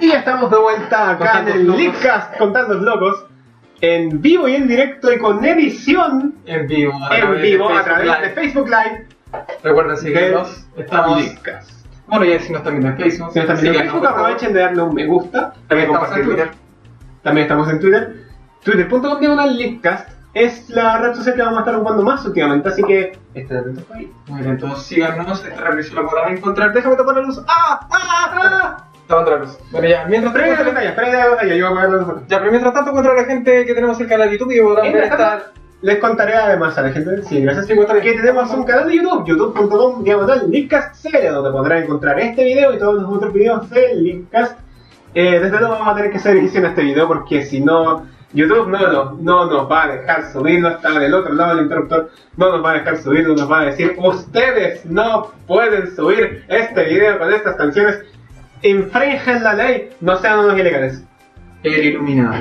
Speaker 2: Y ya estamos de vuelta acá en
Speaker 4: Contando
Speaker 2: el
Speaker 4: locos.
Speaker 2: Leadcast contando locos. En vivo y en directo y con edición
Speaker 4: En vivo. a través
Speaker 2: en
Speaker 4: de
Speaker 2: vivo a
Speaker 4: Facebook
Speaker 2: través de
Speaker 4: Live.
Speaker 2: Facebook Live.
Speaker 4: Recuerden seguirnos. Estamos.
Speaker 2: Leadcast.
Speaker 4: Bueno, ya si no están viendo en Facebook.
Speaker 2: Si no están viendo en
Speaker 4: síganos,
Speaker 2: Facebook,
Speaker 4: por favor.
Speaker 2: aprovechen de darle un me gusta.
Speaker 4: También estamos en
Speaker 2: compartirlo.
Speaker 4: Twitter.
Speaker 2: También estamos en Twitter. Twitter.com diagonal Leadcast es la red social que vamos a estar ocupando más últimamente, así que estén atentos por ahí.
Speaker 4: Muy bien, entonces síganos, esta revisión la podrán encontrar. Déjame tapar la luz. ¡Ah! ¡Ah! ¡Ah! Tapando la luz. Bueno, ya, mientras
Speaker 2: Espera que la
Speaker 4: tanto.
Speaker 2: pantalla, espera que la pantalla, yo voy a apagar la pantalla.
Speaker 4: Ya, pero mientras tanto, encuentro a la gente que tenemos el canal de YouTube y podrán ver
Speaker 2: Mientras
Speaker 4: esta.
Speaker 2: Les contaré además a la gente, sí, gracias
Speaker 4: Sí, cuéntale.
Speaker 2: que tenemos un canal de YouTube, youtube.com diagonal LeadcastCL, donde podrán encontrar este video y todos los otros videos del Leadcast. Eh, desde luego vamos a tener que hacer edición a este video porque si no, YouTube no, no, no nos va a dejar subirlo, está del otro lado del interruptor, no nos va a dejar subirlo, nos va a decir, ustedes no pueden subir este video con estas canciones, infringen la ley, no sean unos ilegales.
Speaker 4: El iluminado.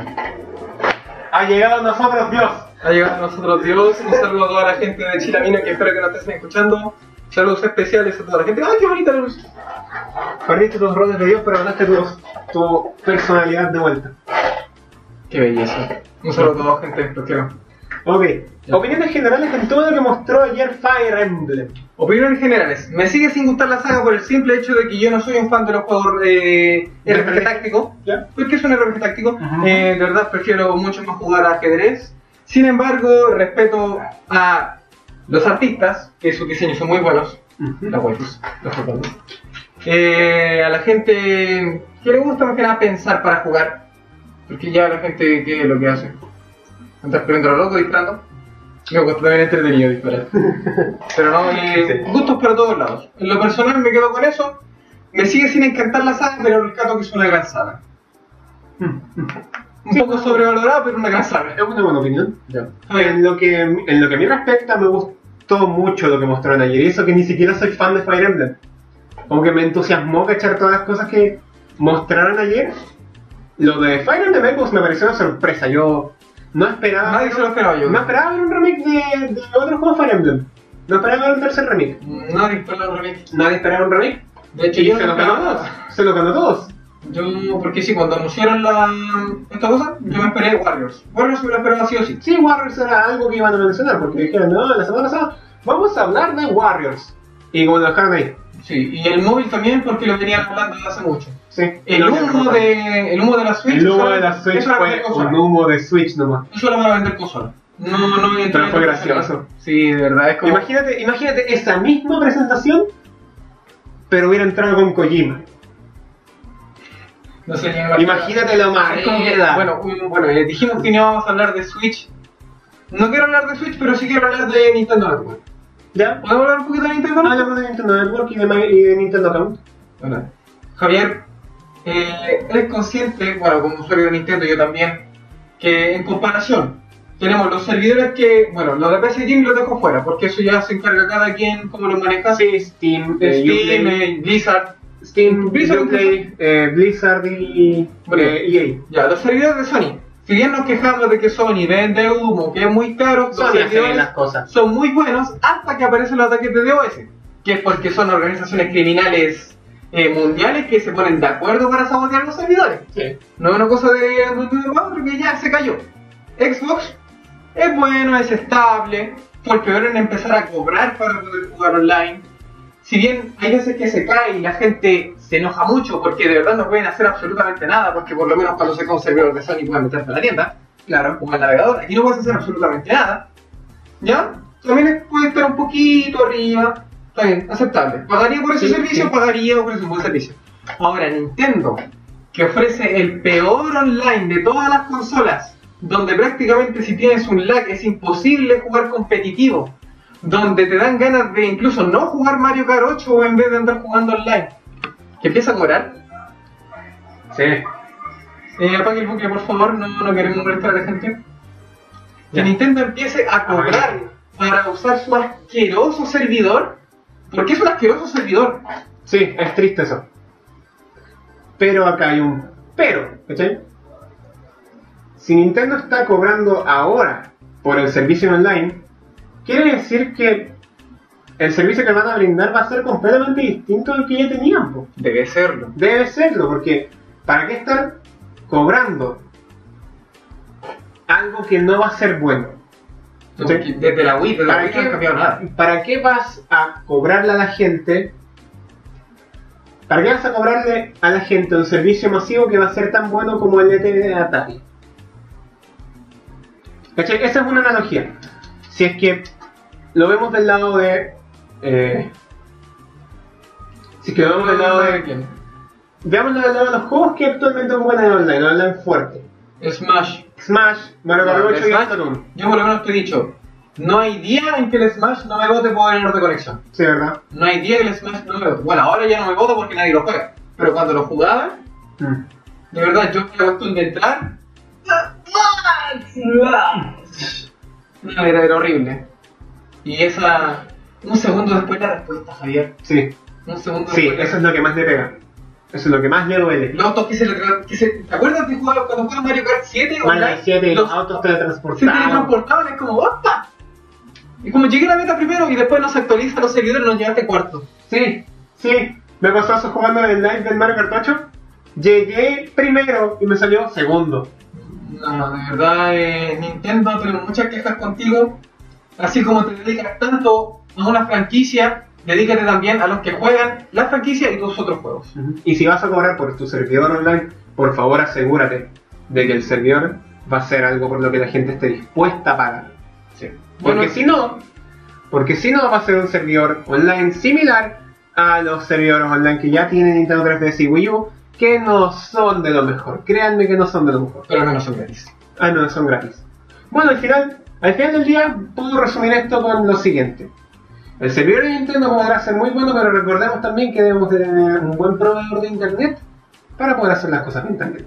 Speaker 2: Ha llegado a nosotros Dios.
Speaker 4: Ha llegado a nosotros Dios. Un saludo a toda la gente de Chilamina que espero que nos estén escuchando. Saludos especiales a toda la gente. ¡Ay, qué bonita la luz!
Speaker 2: Perdiste tus roles de Dios, pero ganaste tu, tu personalidad de vuelta.
Speaker 4: ¡Qué belleza! Un saludo a toda la gente, los quiero.
Speaker 2: Ok,
Speaker 4: Ya.
Speaker 2: opiniones generales en todo lo que mostró ayer Fire Emblem.
Speaker 4: Opiniones generales. Me sigue sin gustar la saga por el simple hecho de que yo no soy un fan de los juegos eh, RPG táctico.
Speaker 2: ¿Ya?
Speaker 4: Porque es un RPG táctico.
Speaker 2: Ajá.
Speaker 4: Eh, de verdad prefiero mucho más jugar a ajedrez. Sin embargo, respeto a los artistas, que sus diseños son muy buenos. Los buenos, los japoneses. Eh, a la gente que le gusta más que nada pensar para jugar. Porque ya la gente que lo que hace. Andar poniendo a lo loco disparando. Me gusta también entretenido disparar. Pero no, eh, gustos para todos lados. En lo personal me quedo con eso. Me sigue sin encantar la saga, pero rescato que es una gran saga.
Speaker 2: Mm,
Speaker 4: Un poco sobrevalorada, pero una gran saga.
Speaker 2: Es una buena opinión.
Speaker 4: Ya.
Speaker 2: En lo que, en lo que a mí respecta, me gustó gustó mucho lo que mostraron ayer. Y eso que ni siquiera soy fan de Fire Emblem. Como que me entusiasmó cachar todas las cosas que mostraron ayer. Lo de Fire Emblem Echoes me pareció una sorpresa. Yo no esperaba.
Speaker 4: Nadie se lo esperaba yo.
Speaker 2: No esperaba ver un remake de, de otro juego de Fire Emblem. No esperaba ver un tercer remake.
Speaker 4: Nadie esperaba el remake.
Speaker 2: Nadie esperaba un remake.
Speaker 4: De hecho,
Speaker 2: Y
Speaker 4: yo
Speaker 2: se
Speaker 4: no
Speaker 2: los ganó
Speaker 4: esperaba
Speaker 2: todos. Se los ganó todos.
Speaker 4: Yo, porque sí, cuando anunciaron la, esta cosa, yo me esperé Warriors. Warriors me lo esperaba sí o sí.
Speaker 2: Sí, Warriors era algo que iban a mencionar, porque dijeron, no, la semana pasada vamos a hablar de Warriors. Y como lo dejaron ahí.
Speaker 4: Sí, y el móvil también porque lo venían hablando desde hace mucho.
Speaker 2: Sí.
Speaker 4: El humo de, el humo de la Switch.
Speaker 2: El humo
Speaker 4: solo-
Speaker 2: de la Switch
Speaker 4: eso era
Speaker 2: fue
Speaker 4: vender consola.
Speaker 2: un humo de Switch nomás.
Speaker 4: Eso era para vender consola. No, no, no.
Speaker 2: Pero fue gracioso.
Speaker 4: Sí, de verdad, es como...
Speaker 2: Imagínate, imagínate esa misma presentación, pero hubiera entrado con Kojima.
Speaker 4: no sé,
Speaker 2: Imagínate la
Speaker 4: Es como que-
Speaker 2: mareda.
Speaker 4: bueno, un- bueno, eh, dijimos que no íbamos a hablar de Switch. No quiero hablar de Switch, pero sí quiero hablar de Nintendo Network.
Speaker 2: ya. Ah,
Speaker 4: ¿Podemos hablar un poquito de Nintendo Network?
Speaker 2: Hablamos de Nintendo Network y de, Ma- y de Nintendo Account.
Speaker 4: Bueno, Javier, eh, eres consciente, bueno, como usuario de Nintendo yo también, que en comparación tenemos los servidores que, bueno, los de PC Team los dejo fuera, porque eso ya se encarga cada quien cómo lo maneja.
Speaker 2: Sí, Steam, eh,
Speaker 4: Ah, Steam,
Speaker 2: Uplay,
Speaker 4: eh, Blizzard,
Speaker 2: Steam,
Speaker 4: Blizzard,
Speaker 2: Uplay, eh, Blizzard y
Speaker 4: Bueno.
Speaker 2: eh, EA.
Speaker 4: ya, los servidores de Sony. Si bien nos quejamos de que Sony vende humo, que es muy caro, los
Speaker 2: Sony hace
Speaker 4: servidores
Speaker 2: las cosas.
Speaker 4: son muy buenos hasta que aparecen los ataques de DOS, que es porque son organizaciones criminales eh, mundiales que se ponen de acuerdo para sabotear los servidores.
Speaker 2: Sí.
Speaker 4: No es una cosa de, de cuatro que ya se cayó. Xbox es bueno, es estable, fue el peor en empezar a cobrar para poder jugar online. Si bien hay veces que se cae y la gente se enoja mucho porque de verdad no pueden hacer absolutamente nada, porque por lo menos cuando se cae un servidor de Sony pueden meterse a la tienda, claro, o al navegador, aquí no puedes hacer absolutamente nada. ¿Ya? También puede estar un poquito arriba, está bien, aceptable. ¿Pagaría por ese
Speaker 2: Sí,
Speaker 4: servicio?
Speaker 2: sí.
Speaker 4: Pagaría por ese buen servicio. Ahora, Nintendo, que ofrece el peor online de todas las consolas, donde prácticamente si tienes un lag es imposible jugar competitivo, donde te dan ganas de incluso no jugar Mario Kart 8 en vez de andar jugando online, que empieza a cobrar.
Speaker 2: Sí.
Speaker 4: Eh, apague el bucle, por favor, no, no queremos molestar a la gente. Que
Speaker 2: Ya.
Speaker 4: Nintendo empiece a cobrar para usar su asqueroso servidor, porque es un asqueroso servidor.
Speaker 2: Sí, es triste eso. Pero acá hay un pero, ¿cachai? Si Nintendo está cobrando ahora por el servicio online, quiere decir que el servicio que van a brindar va a ser completamente distinto al que ya tenían. po.
Speaker 4: Debe serlo.
Speaker 2: Debe serlo, porque ¿para qué estar cobrando algo que no va a ser bueno?
Speaker 4: Porque Desde la Wii, desde la
Speaker 2: ¿Para
Speaker 4: Wii no
Speaker 2: qué,
Speaker 4: han cambiado nada.
Speaker 2: ¿Para qué vas a cobrarle a la gente? ¿Para qué vas a cobrarle a la gente un servicio masivo que va a ser tan bueno como el ETV de Atari? ¿Cachai? Esa es una analogía. Si es que lo vemos del lado de. eh, si es que lo vemos del lado de. Veámoslo del lado de los juegos que actualmente ocupan en online, online fuerte.
Speaker 4: Smash.
Speaker 2: Smash, Mario
Speaker 4: Ya,
Speaker 2: Kart 8 y
Speaker 4: Smash,
Speaker 2: Saturn.
Speaker 4: Yo por lo menos te he dicho, no hay día en que el Smash no me vote por error de conexión.
Speaker 2: Sí, ¿verdad?
Speaker 4: No hay día que el Smash no me vote. Bueno, ahora ya no me voto porque nadie lo juega. Pero cuando lo jugaba,
Speaker 2: Mm.
Speaker 4: De verdad, yo me costumbre de entrar. No, era, era horrible. Y esa. Un segundo después la respuesta, Javier.
Speaker 2: Sí,
Speaker 4: Un segundo
Speaker 2: sí,
Speaker 4: después.
Speaker 2: eso es lo que más le pega. Eso es lo que más le duele.
Speaker 4: Los autos que se le tra- que se- ¿Te acuerdas que jugaba cuando jugaba Mario Kart 7 o
Speaker 2: Mario Kart 7 y los autos
Speaker 4: Se
Speaker 2: teletransportados.
Speaker 4: teletransportaban, es como ¡Opa! Y como llegué a la meta primero y después nos actualizan los seguidores, nos llegaste cuarto.
Speaker 2: Sí, sí. Me pasó eso jugando en el live del Mario Kart 8. Llegué primero y me salió segundo.
Speaker 4: No, de verdad, eh, Nintendo, tenemos muchas quejas contigo. Así como te dedicas tanto a una franquicia, dedícate también a los que juegan la franquicia y tus otros juegos.
Speaker 2: Y si vas a cobrar por tu servidor online, por favor asegúrate de que el servidor va a ser algo por lo que la gente esté dispuesta a pagar. Porque
Speaker 4: Bueno,
Speaker 2: si no, porque si no va a ser un servidor online similar a los servidores online que ya tienen Nintendo 3DS y Wii U, que no son de lo mejor. Créanme que no son de lo mejor.
Speaker 4: Pero que no son gratis.
Speaker 2: Ah, no, son gratis. Bueno, al final, al final del día puedo resumir esto con lo siguiente. El servidor de Nintendo podrá ser muy bueno, pero recordemos también que debemos de tener un buen proveedor de internet para poder hacer las cosas en internet.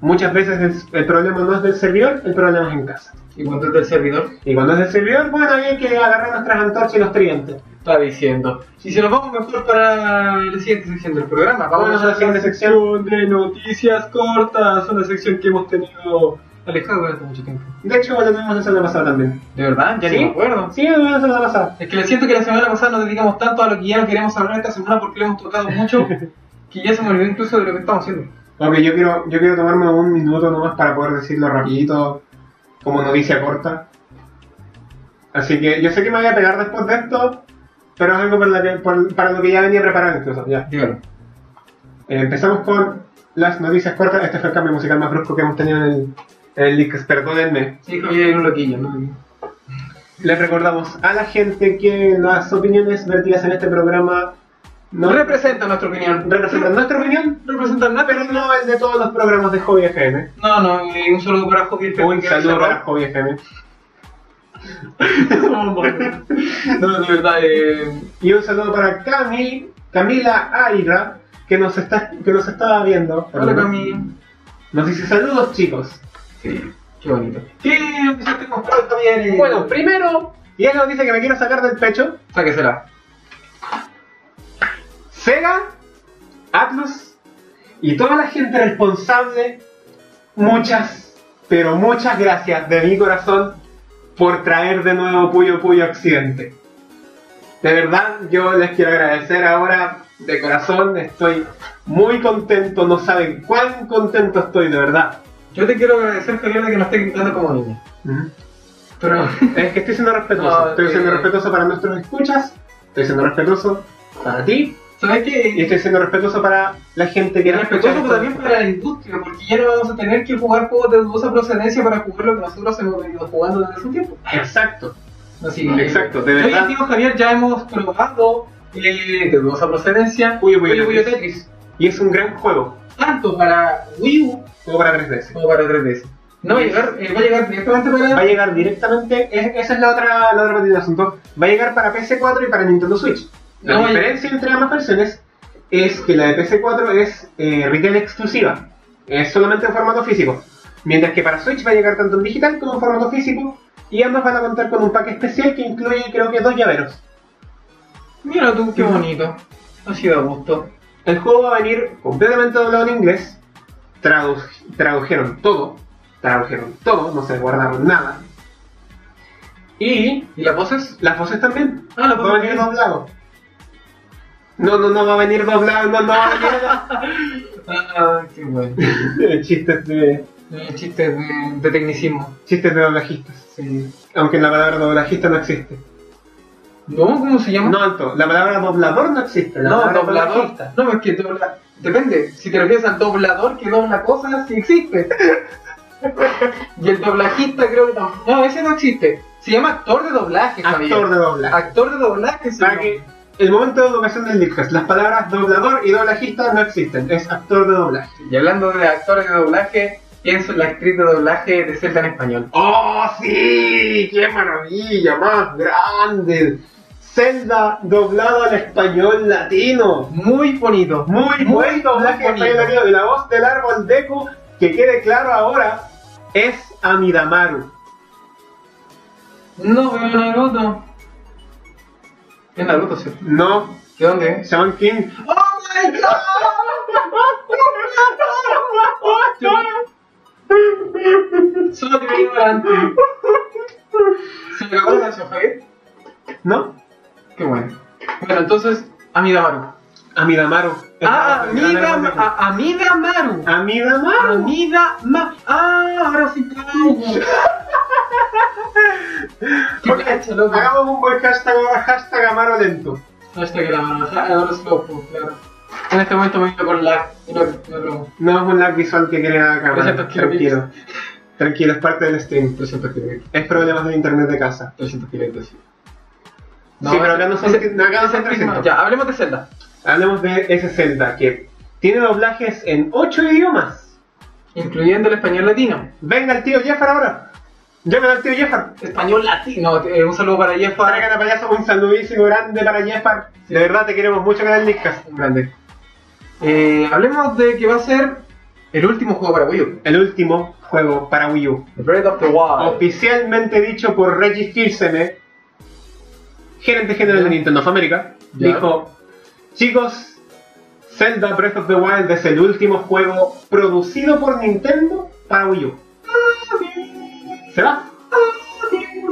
Speaker 2: Muchas veces es- el problema no es del servidor, el problema es en casa.
Speaker 4: Y cuando es del servidor,
Speaker 2: Y cuando es del servidor, bueno, ahí hay que agarrar nuestras antorchas y los tridentes.
Speaker 4: está diciendo. Y si nos vamos mejor para la siguiente sección del programa,
Speaker 2: Vámonos a la siguiente sección
Speaker 4: de noticias cortas, una sección que hemos tenido alejado durante mucho tiempo.
Speaker 2: De hecho, lo tuvimos la semana pasada también.
Speaker 4: ¿De verdad? Ya
Speaker 2: ¿Sí?
Speaker 4: ni me acuerdo.
Speaker 2: Sí, lo tuvimos la semana pasada.
Speaker 4: Es que le siento que la semana pasada nos dedicamos tanto a lo que ya no queremos hablar esta semana porque lo hemos tocado mucho que ya se me olvidó incluso de lo que estamos haciendo.
Speaker 2: Ok, yo quiero, yo quiero tomarme un minuto nomás para poder decirlo rapidito, como noticia corta. Así que yo sé que me voy a pegar después de esto, pero es algo para, la que- por- para lo que ya venía preparado incluso. Ya.
Speaker 4: Dígalo.
Speaker 2: Eh, empezamos con las noticias cortas. Este fue el cambio musical más brusco que hemos tenido en el, en el Leaks, perdónenme.
Speaker 4: Sí, dijo que era un loquillo, ¿no?
Speaker 2: Les recordamos a la gente que las opiniones vertidas en este programa
Speaker 4: No
Speaker 2: no
Speaker 4: representa nuestra opinión.
Speaker 2: representan nuestra opinión,
Speaker 4: Representa nada,
Speaker 2: pero no el de todos los programas de Hobby FM.
Speaker 4: No, no, eh, un saludo para Joaquín
Speaker 2: Un saludo para Hobby FM.
Speaker 4: No, de verdad, eh,
Speaker 2: Y un saludo para Cami, Camila Aira, que nos está, que nos está viendo.
Speaker 4: hola Cami.
Speaker 2: Nos dice saludos chicos.
Speaker 4: Sí, qué bonito. ¿Qué empezaste con Pablo también?
Speaker 2: Bueno, primero, y él nos dice que me quiero sacar del pecho.
Speaker 4: sáquesela.
Speaker 2: Sega, Atlus y toda la gente responsable, muchas, pero muchas gracias de mi corazón por traer de nuevo Puyo Puyo Occidente. De verdad, yo les quiero agradecer ahora de corazón, estoy muy contento, no saben cuán contento estoy, de verdad.
Speaker 4: Yo te quiero agradecer, Javier, de que nos estés gritando como niña. Pero.
Speaker 2: Es que estoy siendo respetuoso,
Speaker 4: No,
Speaker 2: estoy siendo
Speaker 4: eh.
Speaker 2: respetuoso para nuestros escuchas, estoy siendo respetuoso para ti
Speaker 4: ¿Sabes qué?
Speaker 2: y estoy siendo respetuoso para la gente que
Speaker 4: Y
Speaker 2: nos escucha este esto.
Speaker 4: respetuoso también para la industria, porque ya no vamos a tener que jugar juegos de dudosa procedencia para jugar lo que nosotros hemos venido jugando desde hace un tiempo.
Speaker 2: Exacto.
Speaker 4: Así que,
Speaker 2: Exacto, de
Speaker 4: yo y
Speaker 2: verdad.
Speaker 4: el tío Javier ya hemos probado eh, de dudosa procedencia
Speaker 2: Puyo Puyo
Speaker 4: Puyo Puyo
Speaker 2: Tetris.
Speaker 4: Tetris,
Speaker 2: Y es un gran juego,
Speaker 4: tanto para Wii U
Speaker 2: como para 3DS.
Speaker 4: como para 3DS. No va a llegar, eh, va a llegar directamente
Speaker 2: Va a
Speaker 4: para.
Speaker 2: llegar directamente, es- esa es la otra, la otra parte del asunto, va a llegar para PC4 y para Nintendo Switch. La
Speaker 4: No,
Speaker 2: diferencia entre ambas versiones es que la de PC4 es eh, retail exclusiva, es solamente en formato físico, mientras que para Switch va a llegar tanto en digital como en formato físico, y ambas van a contar con un pack especial que incluye creo que dos llaveros.
Speaker 4: Mira tú, qué
Speaker 2: Ujú.
Speaker 4: bonito. Ha sido a gusto.
Speaker 2: El juego va a venir completamente doblado en inglés. Tradu- tradujeron todo. Tradujeron todo, no se guardaron nada. Y
Speaker 4: ¿Y las voces?
Speaker 2: las voces también.
Speaker 4: Ah, las
Speaker 2: Va a venir
Speaker 4: voces.
Speaker 2: doblado. No, no, no va a venir doblado, no, no va a
Speaker 4: Ah, qué bueno.
Speaker 2: venir. chistes de.
Speaker 4: Eh, Chistes de, de tecnicismo.
Speaker 2: chistes de doblajistas.
Speaker 4: Sí.
Speaker 2: Aunque la palabra doblajista no existe.
Speaker 4: ¿No? ¿Cómo se llama?
Speaker 2: No, Anto, la palabra doblador no existe. la
Speaker 4: No,
Speaker 2: palabra
Speaker 4: doblador.
Speaker 2: doblajista.
Speaker 4: No, es que dobla. Depende. Si te refieres al doblador que dobla cosas, sí existe. y el doblajista creo que no. No, ese no existe. Se llama actor de doblaje, Javier.
Speaker 2: Actor de doblaje.
Speaker 4: Actor de doblaje, sí.
Speaker 2: Para que el momento de educación del Leadcast, las palabras doblador y doblajista no existen, es actor de doblaje.
Speaker 4: Y hablando de actores de doblaje, pienso en la actriz de doblaje de Zelda en español.
Speaker 2: ¡Oh, sí! ¡Qué maravilla! ¡Más grande! Zelda doblado al español latino.
Speaker 4: Muy bonito.
Speaker 2: Muy
Speaker 4: Muy
Speaker 2: buen doblaje al
Speaker 4: bonito.
Speaker 2: español latino. Y la voz del árbol Deku, que quede claro ahora, es Amidamaru.
Speaker 4: No veo Naruto. Es Naruto, ¿cierto?
Speaker 2: No,
Speaker 4: ¿De dónde es?
Speaker 2: Shaman King.
Speaker 4: ¡Oh my god! Solo te veía ignorante. ¿Se me acabó la canción, Javier?
Speaker 2: ¿No?
Speaker 4: Qué bueno. Bueno, entonces, Amidamaru.
Speaker 2: Amidamaru.
Speaker 4: Ah,
Speaker 2: El árbol del árbol
Speaker 4: Amida,
Speaker 2: Deku.
Speaker 4: a, Amidamaru.
Speaker 2: Amidamaru.
Speaker 4: Amidamaru. Ah, ahora sí caigo. Qué
Speaker 2: Ok,
Speaker 4: gacha, loco.
Speaker 2: Hagamos un buen hashtag ahora, hashtag Amaro Lento.
Speaker 4: Hasta que la manajá, ahora es loco, claro. En este momento me quedo con la. y No, no, no.
Speaker 2: No es un lag visual que quiere la cámara.
Speaker 4: Perfecto,
Speaker 2: Tranquilo. Tranquilo, es parte del stream.
Speaker 4: 300 kilómetros.
Speaker 2: Es problemas del internet de casa.
Speaker 4: 300 kilómetros.
Speaker 2: Sí, pero acá no son- acá no son 300.
Speaker 4: Ya, hablemos de Zelda.
Speaker 2: Hablemos de ese Zelda que tiene doblajes en 8 idiomas.
Speaker 4: Incluyendo el español latino.
Speaker 2: Venga el tío Jeffar ahora. Llamen al tío Jeffar.
Speaker 4: Español latino. eh, un saludo para Jefa.
Speaker 2: Tráigate payaso, un saludísimo grande para Jeffar. De verdad te queremos mucho, canal Nicas.
Speaker 4: Un grande. Eh, hablemos de que va a ser El último juego para Wii U. Oh,
Speaker 2: El último juego para Wii U.
Speaker 4: The Breath of the Wild.
Speaker 2: Oficialmente dicho por Reggie Fils-Aimé, gerente general de Nintendo of America,
Speaker 4: Ya.
Speaker 2: dijo: Chicos, Zelda Breath of the Wild es el último juego producido por Nintendo para Wii U.
Speaker 4: Ah,
Speaker 2: Se va,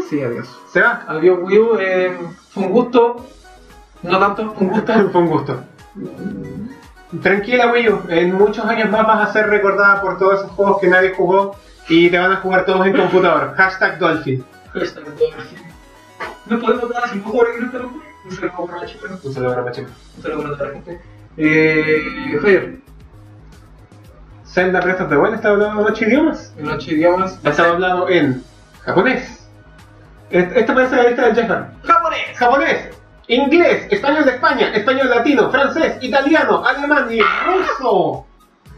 Speaker 4: Sí, adiós.
Speaker 2: se va.
Speaker 4: Adiós Wii U. eh, fue un gusto. No tanto, fue un gusto.
Speaker 2: Fue un gusto. Tranquila, Wii U. En muchos años más vas a ser recordada por todos esos juegos que nadie jugó y te van a jugar todos en computador. Hashtag Dolphin.
Speaker 4: No podemos dar sin jugar en grupo. Un saludo para la chica.
Speaker 2: Un saludo para Pacheco.
Speaker 4: Un saludo para toda la gente. Eh, Javier,
Speaker 2: Zelda Breath of the Wild está hablando en ocho idiomas.
Speaker 4: en ocho idiomas.
Speaker 2: Está hablado en japonés. Est- Esta parece la lista de Jeffar.
Speaker 4: ¡Japonés!
Speaker 2: Japonés, inglés, español de España, español latino, francés, italiano, alemán y ruso.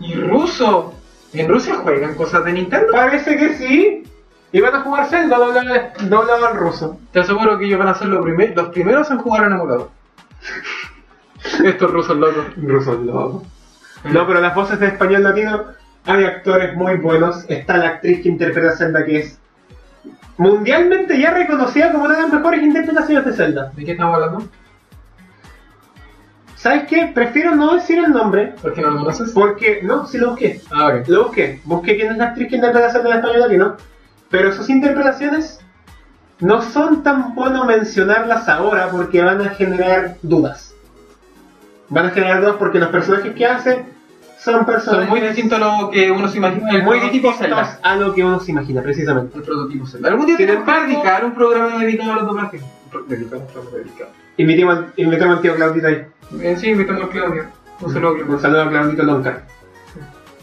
Speaker 4: ¿Y ruso? ¿En Rusia juegan cosas de Nintendo?
Speaker 2: Parece que sí. Y van a jugar Zelda doblado, al- doblado al ruso.
Speaker 4: Te aseguro que ellos van a ser los, primer- los primeros en jugar en emulador. Estos rusos locos.
Speaker 2: Ruso loco. No, pero las voces de español latino hay actores muy buenos. Está la actriz que interpreta a Zelda que es mundialmente ya reconocida como una de las mejores interpretaciones de Zelda.
Speaker 4: ¿De qué estamos hablando?
Speaker 2: ¿Sabes qué? Prefiero no decir el nombre
Speaker 4: ¿Por qué no lo conoces?
Speaker 2: porque no, si lo busqué.
Speaker 4: Ah, ok.
Speaker 2: Lo busqué, busqué quién es la actriz que interpreta a Zelda en español latino, pero sus interpretaciones no son tan bueno mencionarlas ahora porque van a generar dudas. Van a generar dudas porque los personajes que hace son personajes
Speaker 4: Son muy distintos a lo que uno se imagina. El
Speaker 2: muy
Speaker 4: prototipo
Speaker 2: distintos a lo que uno se imagina, precisamente.
Speaker 4: El prototipo Zelda. Algún día
Speaker 2: Sin
Speaker 4: tenemos que
Speaker 2: embargo-
Speaker 4: dedicar un programa dedicado a los doblajes. Pro- Dedicado, un programa dedicado.
Speaker 2: Invitemos al, invitemos al tío Claudito ahí.
Speaker 4: Eh, sí, invitamos a Claudio. Un saludo a
Speaker 2: Un
Speaker 4: Claudio.
Speaker 2: saludo a Claudito Loncar.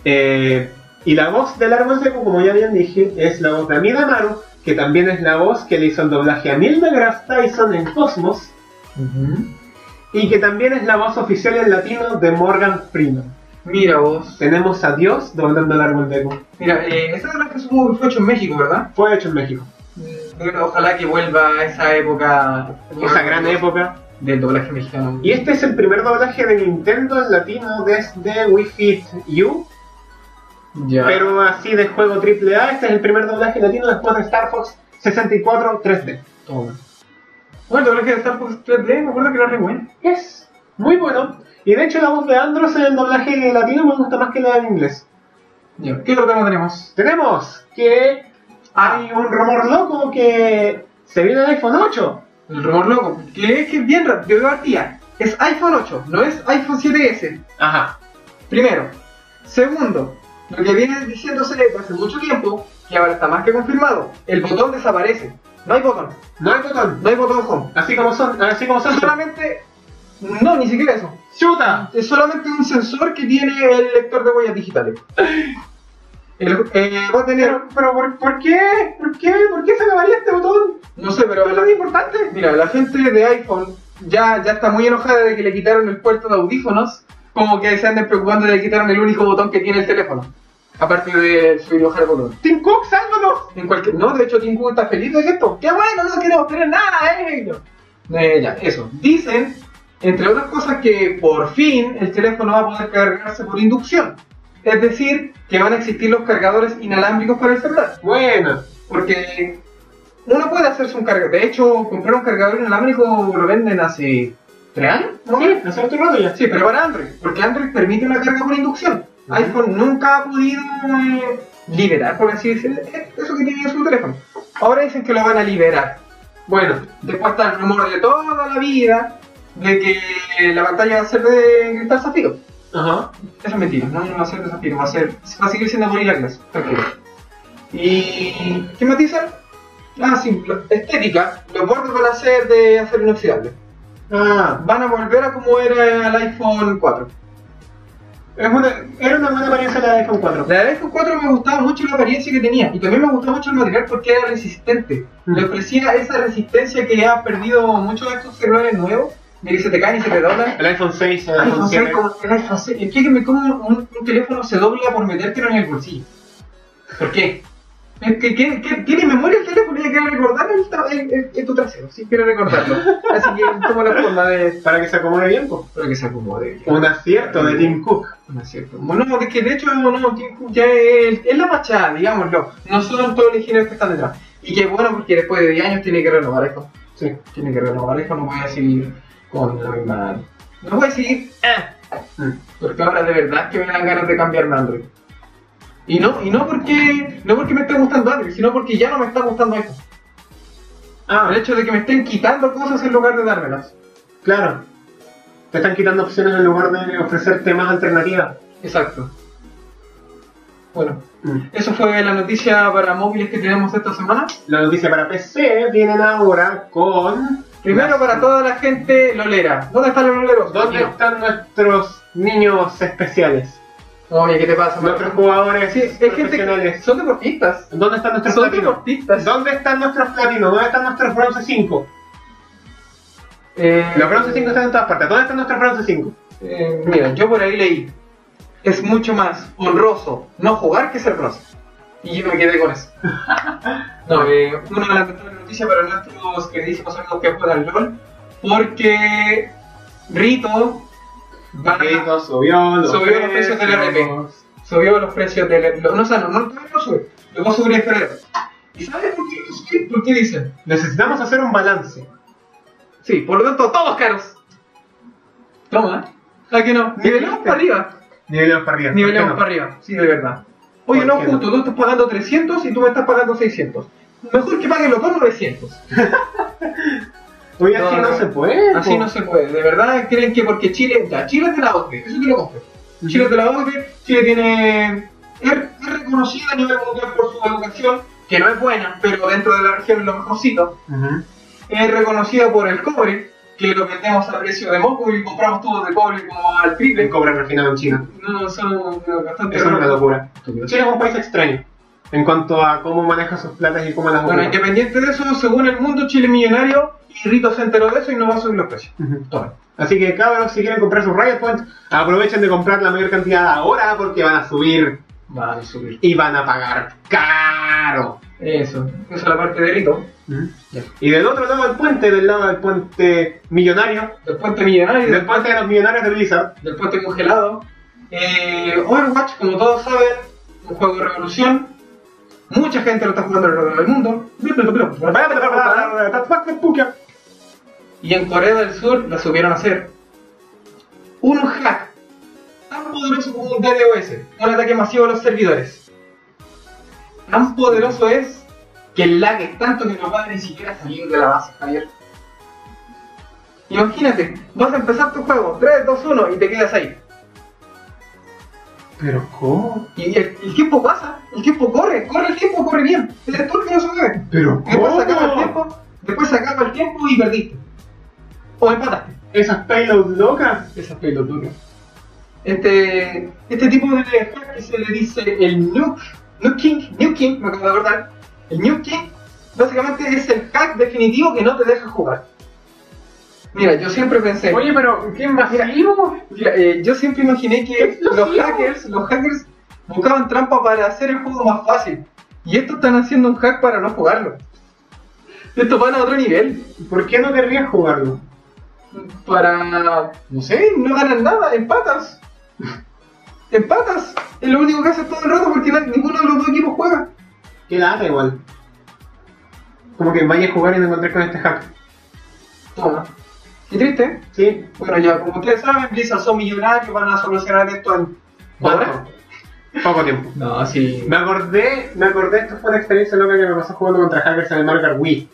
Speaker 2: Eh, y la voz del árbol seco, como ya bien dije, es la voz de Amida Amaru, que también es la voz que le hizo el doblaje a Neil deGrasse Tyson en Cosmos, y que también es la voz oficial en latino de Morgan Freeman.
Speaker 4: Mira vos.
Speaker 2: Tenemos a Dios doblando el árbol seco.
Speaker 4: Mira, eh, ese doblaje supongo que fue hecho en México, ¿verdad? Mm,
Speaker 2: Fue hecho en México.
Speaker 4: Bueno, ojalá que vuelva a esa época.
Speaker 2: Esa gran época.
Speaker 4: Del doblaje mexicano.
Speaker 2: Y este es el primer doblaje de Nintendo en latino desde Wii Fit U,
Speaker 4: Ya.
Speaker 2: pero así de juego AAA. Este es el primer doblaje latino después de Star Fox 64 3D.
Speaker 4: Toma. Bueno, el doblaje de Star Fox 3D, me acuerdo que era re bueno.
Speaker 2: Es muy bueno. Y de hecho la voz de Andros en el doblaje latino me gusta más que la en inglés.
Speaker 4: Ya. ¿Qué otro tema tenemos?
Speaker 2: Tenemos que
Speaker 4: Ah,
Speaker 2: hay un rumor loco que se viene el iPhone 8.
Speaker 4: el rumor loco. Que es que es bien rápido, yo partía. Es iPhone 8, no es iPhone 7S.
Speaker 2: Ajá.
Speaker 4: Primero. Segundo, lo que viene diciéndose desde hace mucho tiempo, que ahora está más que confirmado, el botón desaparece. No hay botón,
Speaker 2: No hay botón.
Speaker 4: no hay botón home.
Speaker 2: Así como son, así como son.
Speaker 4: Solamente... No, ni siquiera eso.
Speaker 2: ¡Chuta!
Speaker 4: Es solamente un sensor que tiene el lector de huellas digitales. El- eh, va a tener...
Speaker 2: Pero, pero ¿por, por qué? ¿Por qué? ¿Por qué se acabaría este botón?
Speaker 4: No sé, pero...
Speaker 2: ¿No es lo importante?
Speaker 4: Mira, la gente de iPhone ya, ya está muy enojada de que le quitaron el puerto de audífonos, como que se anden preocupando de que le quitaron el único botón que tiene el teléfono, aparte de subir y bajar el volumen.
Speaker 2: ¡Tim Cook, sálvanos!
Speaker 4: En cualquier... No, de hecho Tim Cook está feliz de esto. ¡Qué bueno! No queremos tener nada, eh! Eh, ya, eso. Dicen, entre otras cosas, que por fin el teléfono va a poder cargarse por inducción. Es decir, que van a existir los cargadores inalámbricos para el celular.
Speaker 2: Bueno.
Speaker 4: Porque uno puede hacerse un cargador. De hecho, comprar un cargador inalámbrico lo venden hace tres años. ¿no?
Speaker 2: Sí, hace otro rato ya.
Speaker 4: Sí, pero para Android. Porque Android permite una carga por inducción.
Speaker 2: Ujú.
Speaker 4: iPhone nunca ha podido eh, liberar, por así decirlo, eh, eso que tiene en su teléfono. Ahora dicen que lo van a liberar.
Speaker 2: Bueno.
Speaker 4: Después está el rumor de toda la vida de que la pantalla va a ser de cristal zafiro.
Speaker 2: Ajá.
Speaker 4: Eso es mentira, no, no va a ser de zafiro, va a ser. Va a seguir siendo Gorilla Glass, tranquilo. ¿Y qué más dicen? Ah, sí, la estética. Los bordes van a ser de acero inoxidable.
Speaker 2: Ah.
Speaker 4: Van a volver a como era el iPhone 4.
Speaker 2: Es una, era una buena apariencia la de iPhone 4.
Speaker 4: La del iPhone 4 me gustaba mucho la apariencia que tenía y también me gustaba mucho el material porque era resistente. Le ofrecía esa resistencia que ha perdido muchos de estos celulares nuevos, de que se te caen y se te doblan.
Speaker 2: El iPhone 6, el
Speaker 4: Ay,
Speaker 2: iPhone
Speaker 4: no sé,
Speaker 2: 7.
Speaker 4: como el iPhone 6. Explíqueme cómo un, un teléfono se dobla por metértelo en el bolsillo. ¿Por qué? Es que, que- que tiene memoria el teléfono y quiere recordar el, tra- el- el- el- tu trasero, sí quiere recordarlo. Así que toma la forma de.
Speaker 2: Para que se acomode bien, pues.
Speaker 4: Para que se acomode. bien.
Speaker 2: Un acierto de Tim Cook.
Speaker 4: No es cierto. Bueno, de que de hecho no, Tim Cook ya es, es la fachada, digámoslo. No son todos los ingenieros que están detrás. Y que bueno, porque después de 10 años tiene que renovar esto.
Speaker 2: Sí.
Speaker 4: Tiene que renovar esto, no voy a seguir con la misma. No voy a seguir. eh,
Speaker 2: Mm.
Speaker 4: Porque ahora de verdad que me dan ganas de cambiarme a Android. Y no, y no porque. No porque me esté gustando Android, sino porque ya no me está gustando esto.
Speaker 2: Ah,
Speaker 4: El hecho de que me estén quitando cosas en lugar de dármelas.
Speaker 2: claro. Te están quitando opciones en lugar de ofrecerte más alternativas.
Speaker 4: Exacto. Bueno,
Speaker 2: Mm.
Speaker 4: Eso fue la noticia para móviles que tenemos esta semana.
Speaker 2: La noticia para PC vienen ahora con.
Speaker 4: Primero para toda la gente lolera. ¿Dónde están los loleros?
Speaker 2: ¿Dónde
Speaker 4: No.
Speaker 2: están nuestros niños especiales?
Speaker 4: Oye, ¿qué te pasa?
Speaker 2: Nuestros jugadores
Speaker 4: Sí, es gente que
Speaker 2: profesionales.
Speaker 4: son deportistas.
Speaker 2: ¿Dónde están nuestros
Speaker 4: Son
Speaker 2: platinos?
Speaker 4: deportistas.
Speaker 2: ¿Dónde están nuestros platinos? ¿Dónde están nuestros bronce 5?
Speaker 4: Eh,
Speaker 2: Los bronce 5 están en todas partes. ¿Dónde están nuestros bronce 5?
Speaker 4: eh, mira, yo por ahí leí. Es mucho más honroso no jugar que ser bronce. Y yo me quedé con eso. No, eh, una lamentable noticia para nuestros queridísimos amigos que juegan LOL. Porque Rito va
Speaker 2: Rico, subió los
Speaker 4: Ah. Subió los precios del RP. subió los precios del... lo- No, o sea, no, no, todavía no sube. Lo va a subir en febrero. ¿Y sabes por qué? no sube? ¿Por qué dicen?
Speaker 2: Necesitamos hacer un balance.
Speaker 4: Sí, por lo tanto, todos caros. Toma. ¿A que no? Nivelemos para arriba.
Speaker 2: Nivelemos para arriba.
Speaker 4: Nivelemos
Speaker 2: ¿por
Speaker 4: para
Speaker 2: qué
Speaker 4: arriba, sí, de verdad. Oye,
Speaker 2: ¿Por
Speaker 4: no,
Speaker 2: qué no?
Speaker 4: justo, tú estás pagando 300 y tú me estás pagando 600. Mejor que paguen los dos 900.
Speaker 2: no? Oye, así
Speaker 4: No,
Speaker 2: no,
Speaker 4: no.
Speaker 2: se puede.
Speaker 4: Así
Speaker 2: po.
Speaker 4: no se puede. De verdad creen que porque Chile... Ya, Chile es de la OCDE, eso te lo compro.
Speaker 2: Ujú.
Speaker 4: Chile es de la OCDE, Chile tiene... Es, es reconocida a nivel mundial por su educación, que no es buena, pero dentro de la región es lo mejorcito.
Speaker 2: Ujú.
Speaker 4: Es reconocida por el cobre, que lo vendemos a precio de moco y compramos tubos de cobre como al
Speaker 2: El
Speaker 4: triple.
Speaker 2: cobre refinado en China.
Speaker 4: No, son no, bastante...
Speaker 2: Es una
Speaker 4: raros.
Speaker 2: locura. Chile es un país extraño en cuanto a cómo maneja sus platas y cómo las
Speaker 4: Bueno,
Speaker 2: ocupa.
Speaker 4: independiente de eso, según el mundo, Chile es millonario y Rito se enteró de eso y no va a subir los precios.
Speaker 2: Ujú.
Speaker 4: Toma.
Speaker 2: Así que cabros, si quieren comprar sus Riot Point, aprovechen de comprar la mayor cantidad ahora porque van a subir
Speaker 4: Van a subir.
Speaker 2: y van a pagar caro.
Speaker 4: Eso, esa es la parte de Rito.
Speaker 2: Ujú.
Speaker 4: Ya.
Speaker 2: Y del otro lado del puente, del lado del puente millonario,
Speaker 4: Del puente millonario,
Speaker 2: del puente de los millonarios de Blizzard,
Speaker 4: del puente congelado. Eh, Overwatch, como todos saben, un juego de revolución. Mucha gente lo está jugando alrededor del mundo. Y en Corea del Sur la supieron hacer. Un hack tan poderoso como un DDoS, un ataque masivo a los servidores. Tan poderoso es que el lag es tanto que no puede ni siquiera salir de la base, Javier. Imagínate, vas a empezar tu juego, 3, 2, 1 y te quedas ahí.
Speaker 2: Pero ¿cómo?
Speaker 4: Y el, el tiempo pasa, el tiempo corre, corre el tiempo, corre bien. El entorno no se mueve.
Speaker 2: Pero
Speaker 4: Después se acaba
Speaker 2: Oh.
Speaker 4: el tiempo, después se acaba el tiempo y perdiste. O empataste.
Speaker 2: Esas payloads locas.
Speaker 4: Esa pelotuda. Este, este tipo de hack que se le dice el nuke, nuking, nuking, me acabo de acordar. El nuking, básicamente es el hack definitivo que no te deja jugar. Mira, yo siempre pensé,
Speaker 2: Oye, pero ¿qué masivo?
Speaker 4: mira, eh, yo siempre imaginé que
Speaker 2: ¡Explosivo!
Speaker 4: los hackers, los hackers buscaban trampa para hacer el juego más fácil. Y estos están haciendo un hack para no jugarlo. Estos van a otro nivel.
Speaker 2: ¿Por qué no querrías jugarlo?
Speaker 4: para, no sé, no ganan nada, empatas. empatas. Es lo único que haces todo el rato porque na- ninguno de los dos equipos juega.
Speaker 2: Qué lata igual. Como que vaya a jugar y me encontré con este hack.
Speaker 4: Toma. Qué triste.
Speaker 2: ¿Sí?
Speaker 4: Bueno, ya, como ustedes saben, Blizzard son millonarios, van a solucionar esto en...
Speaker 2: ¿Ahora? Poco tiempo.
Speaker 4: No, sí.
Speaker 2: Me acordé, me acordé, esto fue una experiencia loca que me pasó jugando contra hackers en el Marker Wii.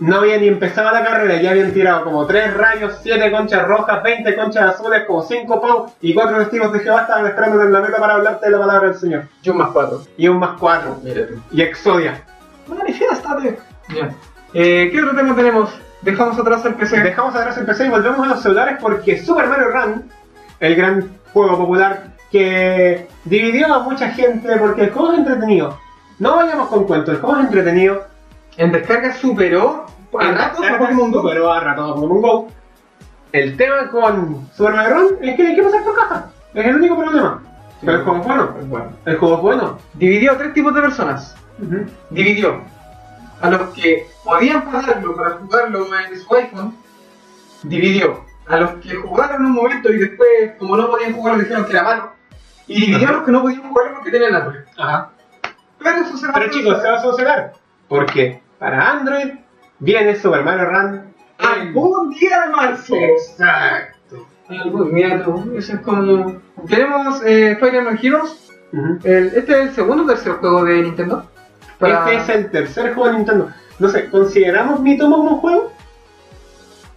Speaker 2: No había ni empezado la carrera, ya habían tirado como 3 rayos, 7 conchas rojas, 20 conchas azules, como 5 pau y 4 testigos de Jehová estaban esperándote en la meta para hablarte de la palabra del Señor.
Speaker 4: Yo más cuatro.
Speaker 2: Y un más 4.
Speaker 4: Mira tú.
Speaker 2: Y Exodia.
Speaker 4: Manifiéstate. Ya. Eh, ¿Qué otro tema tenemos? Dejamos atrás el PC.
Speaker 2: Dejamos atrás el PC y volvemos a los celulares porque Super Mario Run, el gran juego popular que dividió a mucha gente porque el juego es entretenido. No vayamos con cuentos, el juego es entretenido.
Speaker 4: En descarga superó a ratos a Pokémon Go.
Speaker 2: Pero a ratos a Pokémon Go. El tema con Super Mario Run es que hay que pasar por caja. Es el único problema. Pero el juego es bueno.
Speaker 4: es bueno.
Speaker 2: El juego es bueno.
Speaker 4: Dividió a tres tipos de personas.
Speaker 2: Ujú.
Speaker 4: Dividió a los que podían pagarlo para jugarlo en su iPhone. Dividió a los que jugaron un momento y después, como no podían jugar, dijeron que era malo. Y dividió a los que no podían jugarlo porque tenían Android.
Speaker 2: Ajá.
Speaker 4: Pero eso se va a
Speaker 2: Pero chicos, se va a solucionar. Porque para Android viene Super Mario Run algún día de marzo.
Speaker 4: Exacto. Algún- eh, Mira tú, eso es como... Tenemos eh, Fire Emblem Heroes.
Speaker 2: Ujú.
Speaker 4: El- este es el segundo o tercer juego de Nintendo. Para-
Speaker 2: Este es el tercer juego de Nintendo. No sé, ¿consideramos mi tomo como juego?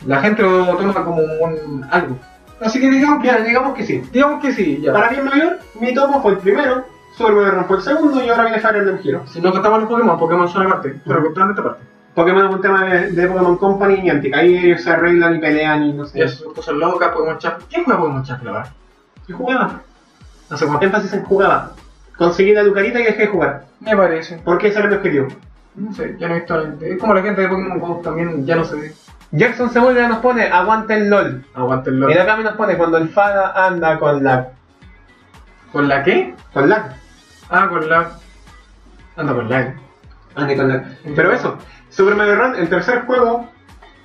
Speaker 4: La gente lo toma como un algo. Así que digamos
Speaker 2: Ya,
Speaker 4: que,
Speaker 2: digamos que sí.
Speaker 4: digamos que sí, ya.
Speaker 2: Para mí mayor, mi tomo fue el primero, Super Mario Run fue el segundo y ahora viene Fire Emblem Heroes.
Speaker 4: Si no contamos los Pokémon, Pokémon son aparte, pero contando esta parte.
Speaker 2: Pokémon es un tema de, de Pokémon Company y Niantic. Ahí ellos se arreglan y pelean y no sé.
Speaker 4: Ya son cosas locas, Pokémon Chap. ¿Quién juega Pokémon Chap, la verdad?
Speaker 2: Yo jugaba.
Speaker 4: No sé cuánto.
Speaker 2: Énfasis en jugaba. Conseguí la Lucarita y dejé de jugar.
Speaker 4: Me parece.
Speaker 2: Porque ese era mi objetivo.
Speaker 4: No sé, ya no he visto. Es como la gente de Pokémon Go también, ya no se ve.
Speaker 2: Jackson Segovia nos pone, aguanta el LOL.
Speaker 4: Aguantenlo.
Speaker 2: Y Nakami nos pone, cuando el Fada anda con la...
Speaker 4: ¿Con la qué?
Speaker 2: Con la...
Speaker 4: Ah, con la. Anda con la.
Speaker 2: Ande con la... Ah, Pero eso, Super Mario Run, el tercer juego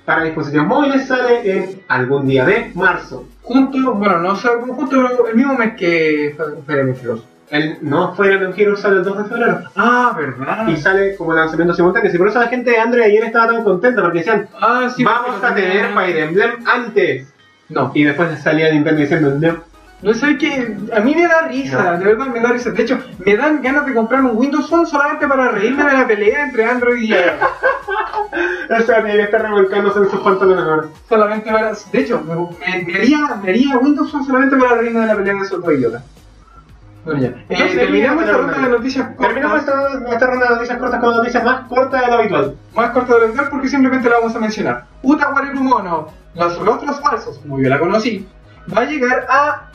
Speaker 2: para dispositivos móviles sale en algún día de marzo.
Speaker 4: Junto, bueno, no sé, junto pero el mismo mes que Fire Emblem Heroes.
Speaker 2: El no fuera de Hero sale el 2 de febrero.
Speaker 4: Ah, verdad.
Speaker 2: Y sale como lanzamiento simultáneo. Y por eso la gente de Android ayer estaba tan contenta porque decían,
Speaker 4: Ah, sí.
Speaker 2: vamos
Speaker 4: porque
Speaker 2: a
Speaker 4: lo
Speaker 2: tener
Speaker 4: tenía-
Speaker 2: Fire Emblem antes.
Speaker 4: No,
Speaker 2: Y después salía Nintendo diciendo, no.
Speaker 4: No sé que a mí me da risa,
Speaker 2: No.
Speaker 4: de verdad me da risa. De hecho, me dan ganas de comprar un Windows Phone solamente para reírme de la pelea entre Android y Apple.
Speaker 2: O sea, tiene que estar revolcándose en sus pantalones ahora.
Speaker 4: solamente para. De hecho, me, me- me haría, me haría Windows Phone solamente para reírme de la pelea de esos dos idiotas. Bueno, ya. Eh,
Speaker 2: Entonces,
Speaker 4: terminamos esta ronda de
Speaker 2: terminamos.
Speaker 4: noticias
Speaker 2: Terminamos
Speaker 4: cortas,
Speaker 2: esta, esta ronda de noticias cortas con noticias más cortas de lo habitual.
Speaker 4: más corta de la verdad porque simplemente la vamos a mencionar. Uta Mono, los rostros falsos, como yo la conocí, va a llegar a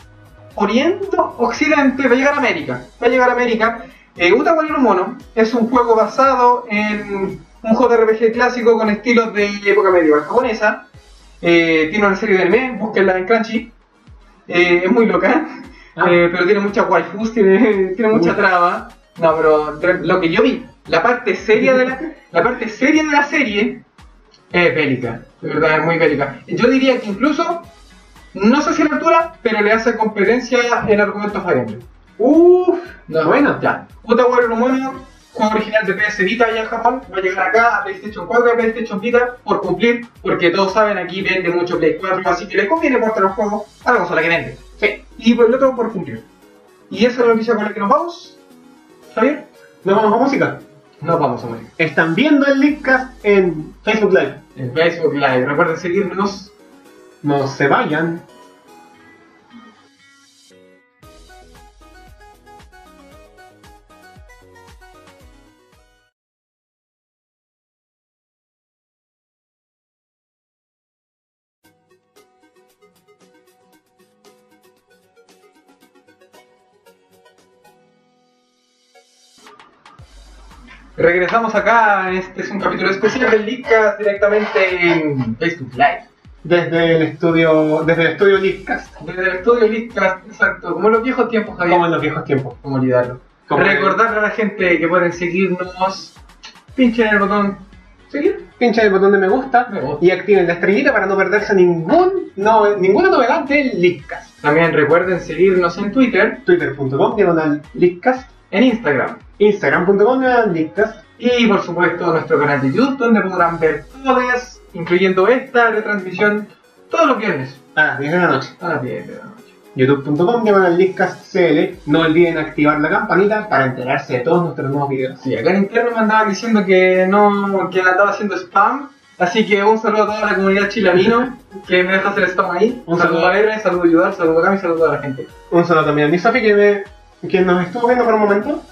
Speaker 4: Oriente, Occidente, va a llegar a América. Va a llegar a América. Eh, Uta Mono es un juego basado en un JRPG clásico con estilos de época medieval japonesa. Eh, tiene una serie de anime, búsquenla en Crunchy. Eh, es muy loca,
Speaker 2: Ah.
Speaker 4: eh, pero tiene muchas waifus, tiene, tiene mucha
Speaker 2: Uy.
Speaker 4: traba. No, pero tra- lo que yo vi, la parte seria de la, la, parte seria de la serie es bélica. De verdad, es muy bélica. Yo diría que incluso no sé si a la altura, pero le hace competencia en argumentos Fire Emblem.
Speaker 2: Uff,
Speaker 4: No,
Speaker 2: bueno.
Speaker 4: ya. Puta Warrior Humano, juego original de PS Vita allá en Japón, va a llegar acá a PlayStation 4 y a PlayStation Vita por cumplir, porque todos saben aquí vende mucho Play 4, así que les conviene mostrar los juegos a la consola que vende.
Speaker 2: Sí.
Speaker 4: Y por el otro por cumplir. Y esa es la noticia con la que nos vamos. ¿Está bien?
Speaker 2: Nos vamos a música.
Speaker 4: Nos vamos a morir.
Speaker 2: Están viendo el Linkcast en Facebook Live.
Speaker 4: En Facebook Live, recuerden seguirnos.
Speaker 2: No se vayan.
Speaker 4: Regresamos acá, este es un capítulo especial del Leadcast directamente en Facebook Live.
Speaker 2: Desde el estudio, desde el estudio Linkcast.
Speaker 4: Desde el estudio Litcast, exacto, como en los viejos tiempos, Javier.
Speaker 2: Como en los viejos tiempos.
Speaker 4: ¿Cómo olvidarlo?
Speaker 2: Como-
Speaker 4: Recordarle a la gente que pueden seguirnos. Pinchen el botón. ¿Seguir?
Speaker 2: Pinchen el botón de me gusta
Speaker 4: Me gusta.
Speaker 2: y activen la estrellita para no perderse ningún, no, ninguna novedad del Linkcast.
Speaker 4: También recuerden seguirnos en Twitter,
Speaker 2: Twitter.com diagonal Linkcast.
Speaker 4: en Instagram.
Speaker 2: Instagram.com diagonal Linkcast.
Speaker 4: Y por supuesto nuestro canal de YouTube donde podrán ver todas, incluyendo esta retransmisión, todos los viernes
Speaker 2: A las 10 Ah, de la noche.
Speaker 4: a las 10 de la noche.
Speaker 2: youtube.com diagonal listcastcl no olviden activar la campanita para enterarse de todos nuestros nuevos videos
Speaker 4: Sí, acá en interno me andaban diciendo que no, que andaba haciendo spam. Así que un saludo a toda la comunidad chilamino que me deja hacer spam ahí.
Speaker 2: Un
Speaker 4: Un saludo
Speaker 2: saludo.
Speaker 4: a Verde, saludo a Yudar, saludo a Cami, saludo a la gente.
Speaker 2: un saludo también a mi Sofi que, me- que nos estuvo viendo por un momento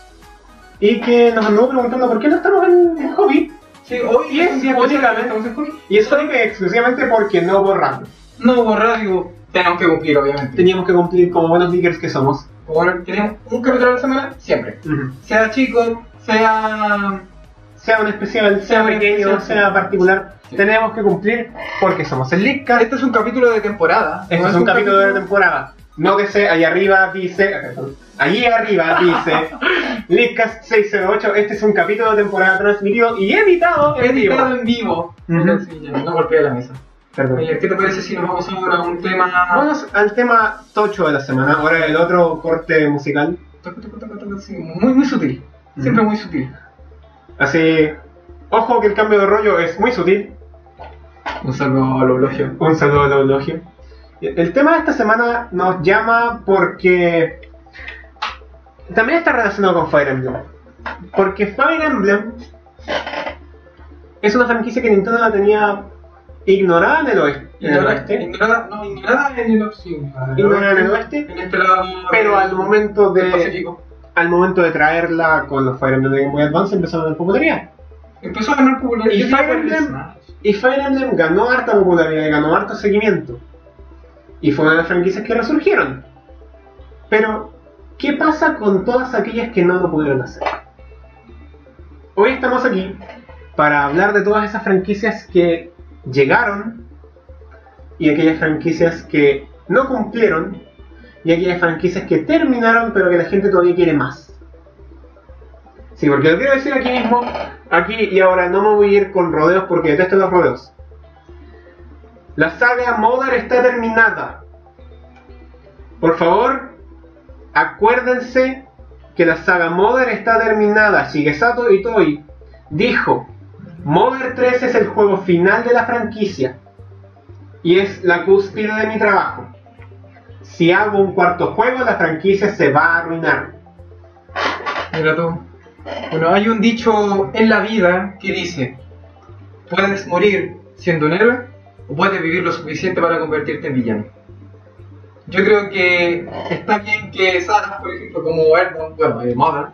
Speaker 2: y que nos anduvo preguntando por qué no estamos en, en hobby
Speaker 4: Sí, ¿eh? hoy
Speaker 2: Y es
Speaker 4: un día
Speaker 2: únicamente-
Speaker 4: especial, estamos en junio.
Speaker 2: y eso que exclusivamente porque no borramos
Speaker 4: No hubo radio. Tenemos que cumplir, obviamente.
Speaker 2: teníamos que cumplir como buenos diggers que somos
Speaker 4: Ahora tenemos un capítulo a la semana, siempre. Sea chico, sea.
Speaker 2: sea un especial sea
Speaker 4: Sí,
Speaker 2: pequeño
Speaker 4: sí.
Speaker 2: sea particular
Speaker 4: Sí.
Speaker 2: tenemos que cumplir porque somos el Lickcast
Speaker 4: Este es un capítulo de temporada.
Speaker 2: este
Speaker 4: No
Speaker 2: es un capítulo de la temporada Nótese, ahí arriba dice. perdón, Allí arriba dice. Lipcast 608. Este es un capítulo de temporada transmitido y editado en vivo.
Speaker 4: editado en vivo.
Speaker 2: Ujú.
Speaker 4: Sí, ya, no golpeé la mesa.
Speaker 2: Perdón.
Speaker 4: Oye, ¿qué te parece si nos vamos ahora a un tema...
Speaker 2: Vamos al tema tocho de la semana. Ahora el otro corte musical.
Speaker 4: toc, toc, toc, toc, sí, Muy, muy sutil. Siempre muy sutil.
Speaker 2: Así. Ojo que el cambio de rollo es muy sutil.
Speaker 4: Un saludo al eulogio.
Speaker 2: Un saludo al elogio. El tema de esta semana nos llama porque también está relacionado con Fire Emblem. Porque Fire Emblem es una franquicia que Nintendo la tenía ignorada en el oeste. en el oeste,
Speaker 4: Ignorada, no, ignorada en el opción.
Speaker 2: ignorada en el oeste,
Speaker 4: En este lado... este
Speaker 2: pero al momento
Speaker 4: del
Speaker 2: de
Speaker 4: Pacífico.
Speaker 2: al momento de traerla con los Fire Emblem de Game Boy Advance empezaron a dar popularidad.
Speaker 4: Empezó a ganar popularidad.
Speaker 2: Y Fire Emblem-
Speaker 4: "Pues,
Speaker 2: Y Fire Emblem ganó harta popularidad y ganó harto seguimiento. Y fue una de las franquicias que resurgieron. Pero, ¿qué pasa con todas aquellas que no lo pudieron hacer? Hoy estamos aquí para hablar de todas esas franquicias que llegaron y aquellas franquicias que no cumplieron y aquellas franquicias que terminaron pero que la gente todavía quiere más. Sí, porque lo quiero decir aquí mismo, aquí y ahora no me voy a ir con rodeos porque detesto los rodeos. La saga Modern está terminada. Por favor, acuérdense que la saga Modern está terminada. Shigesato Itoi dijo, Modern 3 es el juego final de la franquicia y es la cúspide de mi trabajo. Si hago un cuarto juego, la franquicia se va a arruinar.
Speaker 4: Mira tú. Bueno, hay un dicho en la vida que dice, puedes morir siendo un héroe o puedes vivir lo suficiente para convertirte en villano. Yo creo que está bien que Sara, por ejemplo, como Erdogan, bueno, eh, Mother,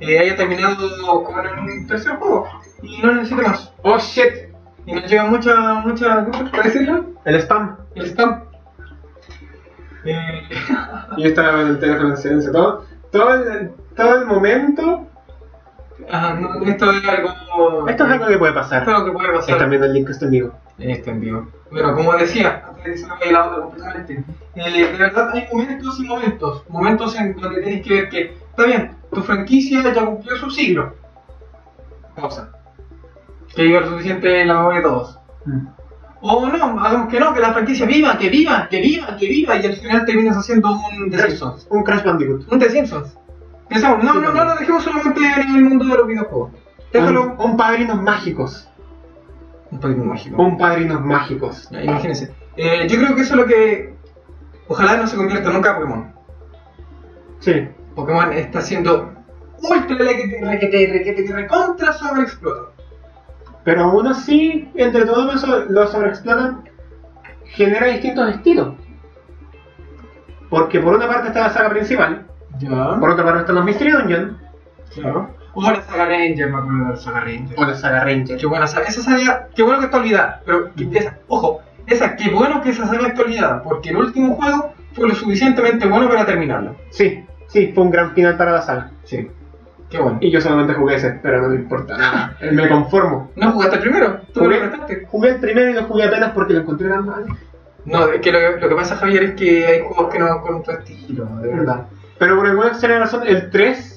Speaker 4: eh, haya terminado con un tercer juego y no necesita más.
Speaker 2: Oh shit,
Speaker 4: Y nos lleva mucha, mucha, ¿cómo se puede decirlo?
Speaker 2: el spam.
Speaker 4: El spam. Eh,
Speaker 2: Yo estaba en el teléfono en silencio, todo, todo, el, todo el momento.
Speaker 4: ah, no, esto es algo...
Speaker 2: Esto es algo que puede pasar.
Speaker 4: esto es algo que puede pasar.
Speaker 2: Están viendo el link que está en vivo.
Speaker 4: en este en vivo. Bueno, como decía, antes de decirlo la otra completamente, eh, de verdad hay momentos y momentos. Momentos en donde tienes que ver que, está bien, tu franquicia ya cumplió su siglo. Cosa. Que viva lo suficiente en la memoria de todos. O no, hagamos que no, que la franquicia viva, que viva, que viva, que viva, y al final terminas haciendo un The Simpsons.
Speaker 2: Un Crash Bandicoot.
Speaker 4: Un The Simpsons. Pensamos, no, no, no, no, dejemos solamente en el mundo de los videojuegos.
Speaker 2: Un,
Speaker 4: Déjalo.
Speaker 2: un padrinos mágicos.
Speaker 4: Un poquito mágico.
Speaker 2: Un padrinos mágicos.
Speaker 4: Ya, Imagínense. Eh, yo creo que eso es lo que. Ojalá no se convierta nunca en Pokémon.
Speaker 2: Sí.
Speaker 4: Pokémon está siendo ultra requete, requete, requete, que recontra sobreexplotado.
Speaker 2: Pero aún así, entre todo eso, lo sobreexplotan. Genera distintos estilos. Porque por una parte está la saga principal,
Speaker 4: Ya.
Speaker 2: por otra parte están los Mystery Dungeon
Speaker 4: Claro. O la Saga Ranger, me acuerdo de la Saga Ranger.
Speaker 2: o la saga Ranger.
Speaker 4: Qué buena saga. Esa saga, qué bueno que está olvidada. Pero, que- esa- ojo, esa, qué bueno que esa saga está olvidada. Porque el último juego fue lo suficientemente bueno para terminarlo.
Speaker 2: Sí, sí, fue un gran final para la saga.
Speaker 4: Sí. Qué bueno.
Speaker 2: Y yo solamente jugué ese, pero no me importa nada. Me conformo.
Speaker 4: ¿No jugaste el primero? ¿Tú me
Speaker 2: Jugué-
Speaker 4: lo prestaste?
Speaker 2: Jugué el primero y lo jugué apenas porque lo encontré tan mal.
Speaker 4: No, es que lo, lo que pasa, Javier, es que hay juegos que no van con tu estilo, de verdad.
Speaker 2: Pero por alguna extraña razón, el 3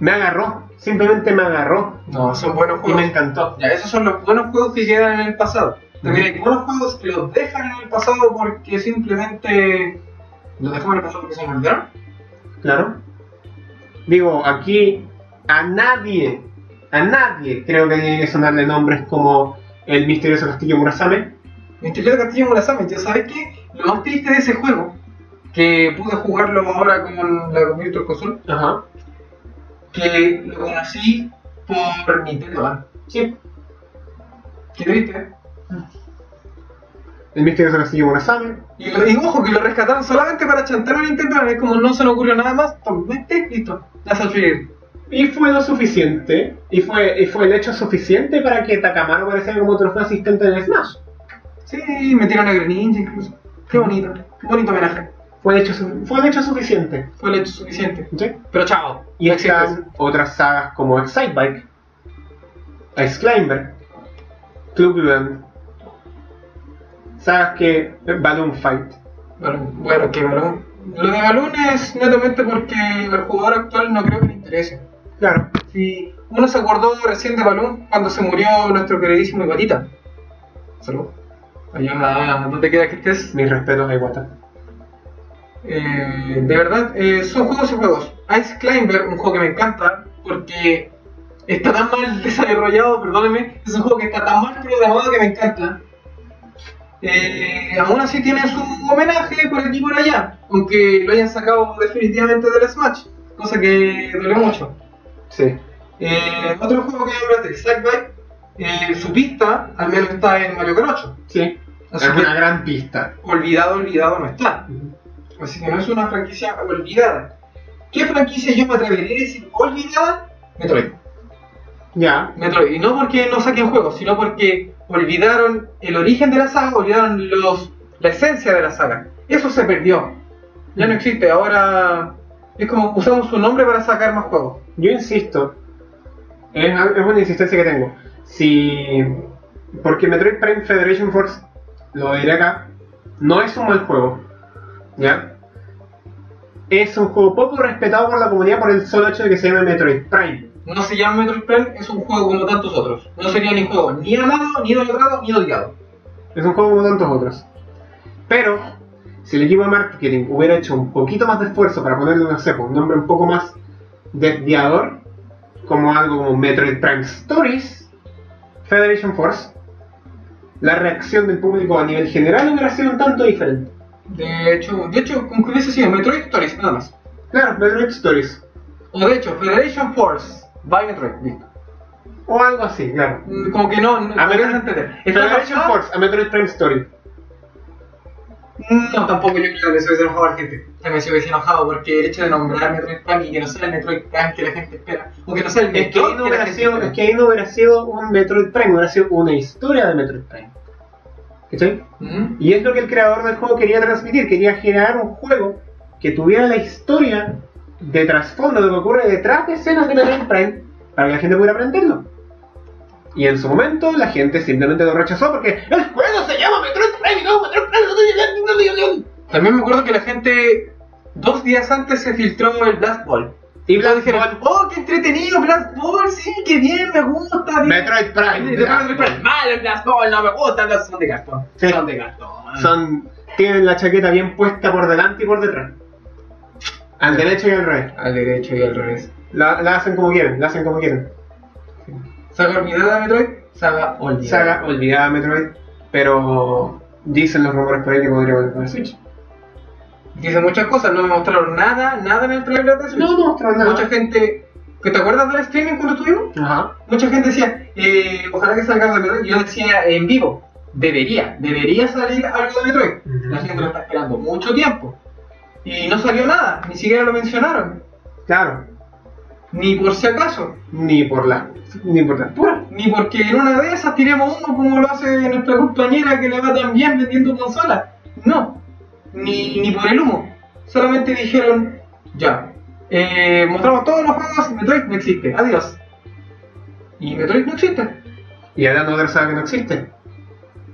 Speaker 2: me agarró. Simplemente me agarró.
Speaker 4: No, son buenos
Speaker 2: Y me
Speaker 4: juegos.
Speaker 2: encantó.
Speaker 4: Ya, esos son los buenos juegos que quedan en el pasado. También
Speaker 2: Ujú.
Speaker 4: hay buenos juegos que los dejan en el pasado porque simplemente los dejamos en el pasado porque se olvidaron.
Speaker 2: Claro. Digo, aquí a nadie, a nadie creo que tiene que sonarle nombres como el misterioso castillo Murasame.
Speaker 4: Misterioso Castillo Morazame, ya sabes que lo más triste de ese juego, que pude jugarlo ahora con la Virtual Console,
Speaker 2: Ajá.
Speaker 4: que lo conocí por Nintendo. ¿ah?
Speaker 2: Sí.
Speaker 4: Qué triste, ¿eh?
Speaker 2: El misterioso castillo Murasame.
Speaker 4: Y, lo- y ojo, que lo rescataron solamente para chantar a Nintendo, es como no se le ocurrió nada más, tomate, listo, la Salfir.
Speaker 2: Y fue lo suficiente, y fue, y fue el hecho suficiente para que Takamaru apareciera como trofeo asistente en Smash.
Speaker 4: Sí, metieron a Greninja incluso. Qué bonito, qué bonito homenaje.
Speaker 2: Fue el hecho, su- fue el hecho suficiente.
Speaker 4: Fue el hecho suficiente.
Speaker 2: ¿sí?
Speaker 4: Pero chao.
Speaker 2: Y
Speaker 4: no existe eso.
Speaker 2: están otras sagas como Excitebike, Ice Climber, Club Event, sagas que. Balloon Fight,
Speaker 4: Balloon. Bueno, que Balloon. Lo de Balloon es netamente porque al jugador actual no creo que le interese.
Speaker 2: Claro.
Speaker 4: Si uno se acordó recién de Balloon cuando se murió nuestro queridísimo Iguatita. Salud. Hay una. No te queda que estés.
Speaker 2: Mis respetos a Iwata.
Speaker 4: Eh, de verdad, eh, son juegos y juegos. Ice Climber, un juego que me encanta, porque está tan mal desarrollado, perdónenme, es un juego que está tan mal programado que me encanta. Eh, aún así tiene su homenaje por aquí y por allá, aunque lo hayan sacado definitivamente del Smash, cosa que duele mucho.
Speaker 2: Sí.
Speaker 4: Eh, otro juego que hablaste, Sackbite, eh, su pista al menos está en Mario Kart 8,
Speaker 2: Sí.
Speaker 4: así
Speaker 2: es
Speaker 4: que
Speaker 2: una gran pista.
Speaker 4: olvidado, olvidado no está. Así que Pues no es una franquicia olvidada. ¿Qué franquicia yo me atrevería a decir olvidada? Metroid.
Speaker 2: Ya.
Speaker 4: Metroid. Y no porque no saquen juegos, sino porque olvidaron el origen de la saga, olvidaron los, la esencia de la saga. Eso se perdió. Ya no existe. Ahora es como usamos su nombre para sacar más juegos.
Speaker 2: Yo insisto. Es, es una insistencia que tengo. Si. Porque Metroid Prime Federation Force, lo diré acá, no es un mal juego. ¿Ya? Es un juego poco respetado por la comunidad por el solo hecho de que se llame Metroid Prime.
Speaker 4: No se llama Metroid Prime, es un juego como tantos otros. No sería ni juego ni amado, ni logrado, ni odiado.
Speaker 2: Es un juego como tantos otros. Pero, si el equipo de marketing hubiera hecho un poquito más de esfuerzo para ponerle, no sé, pues, un nombre un poco más desviador, como algo como Metroid Prime Stories, Federation Force, la reacción del público a nivel general no hubiera sido un tanto diferente.
Speaker 4: De hecho, de hecho, con que hubiese sido Metroid Stories, nada más.
Speaker 2: Claro, Metroid Stories.
Speaker 4: O de hecho, Federation Force by Metroid, listo.
Speaker 2: O algo así, claro.
Speaker 4: Mm, Como que no, no
Speaker 2: A
Speaker 4: podrías
Speaker 2: Metroid,
Speaker 4: entender. ¿Está
Speaker 2: Federation
Speaker 4: enojado?
Speaker 2: Force, a Metroid Prime Story.
Speaker 4: No, tampoco yo creo que se hubiese enojado la gente. También se hubiese enojado porque el hecho de nombrar Metroid Prime y que no sea el Metroid Prime que la gente espera. O que no sea el
Speaker 2: Es que, ahí
Speaker 4: Metroid
Speaker 2: no
Speaker 4: que la
Speaker 2: hubiera
Speaker 4: gente
Speaker 2: sido,
Speaker 4: espera.
Speaker 2: es que ahí no hubiera sido un Metroid Prime, hubiera sido una historia de Metroid Prime. ¿Cachai?
Speaker 4: Ujú.
Speaker 2: Y es lo que el creador del juego quería transmitir, quería generar un juego que tuviera la historia de trasfondo de lo que ocurre detrás de escenas de Metroid Prime para que la gente pudiera aprenderlo. Y en su momento la gente simplemente lo rechazó porque el juego se llama Metroid Prime y no Metroid Prime, no tiene ninguna relación".
Speaker 4: También me acuerdo que la gente, dos días antes se filtró el Blast Ball.
Speaker 2: Y
Speaker 4: Y la
Speaker 2: Black
Speaker 4: dijeron,
Speaker 2: Ball,
Speaker 4: oh, qué entretenido Blast Ball, sí, qué bien, me gusta. bien".
Speaker 2: Metroid Prime.
Speaker 4: Y después Metroid Prime, Malo el Blast Ball, no me gusta, no, son de cartón.
Speaker 2: Sí.
Speaker 4: Son de cartón.
Speaker 2: Son, tienen la chaqueta bien puesta por delante y por detrás. Al derecho y al revés.
Speaker 4: Al derecho y al revés.
Speaker 2: La, la hacen como quieren, la hacen como quieren.
Speaker 4: Saga olvidada Metroid, saga olvidada.
Speaker 2: Saga olvidada Metroid, pero dicen los rumores por ahí que podría volver con el Switch.
Speaker 4: Dicen muchas cosas, no me mostraron nada, nada en el trailer de Switch.
Speaker 2: No, no mostraron nada.
Speaker 4: Mucha gente, ¿que ¿te acuerdas del streaming cuando estuvimos?
Speaker 2: Ajá.
Speaker 4: Mucha gente decía, eh, ojalá que salga algo de Metroid. Yo decía en vivo, debería, debería salir algo de Metroid.
Speaker 2: Ujú.
Speaker 4: La gente lo está esperando mucho tiempo. Y no salió nada, ni siquiera lo mencionaron.
Speaker 2: Claro,
Speaker 4: Ni por si acaso,
Speaker 2: ni por la. Ni por la pura.
Speaker 4: ni porque en una de esas tiremos uno como lo hace nuestra compañera que le va tan bien vendiendo consolas. No, ni, ni por el humo. Solamente dijeron, ya, eh, mostramos todos los juegos y Metroid no existe, adiós. Y Metroid no existe.
Speaker 2: Y hablando de otra saga que no existe.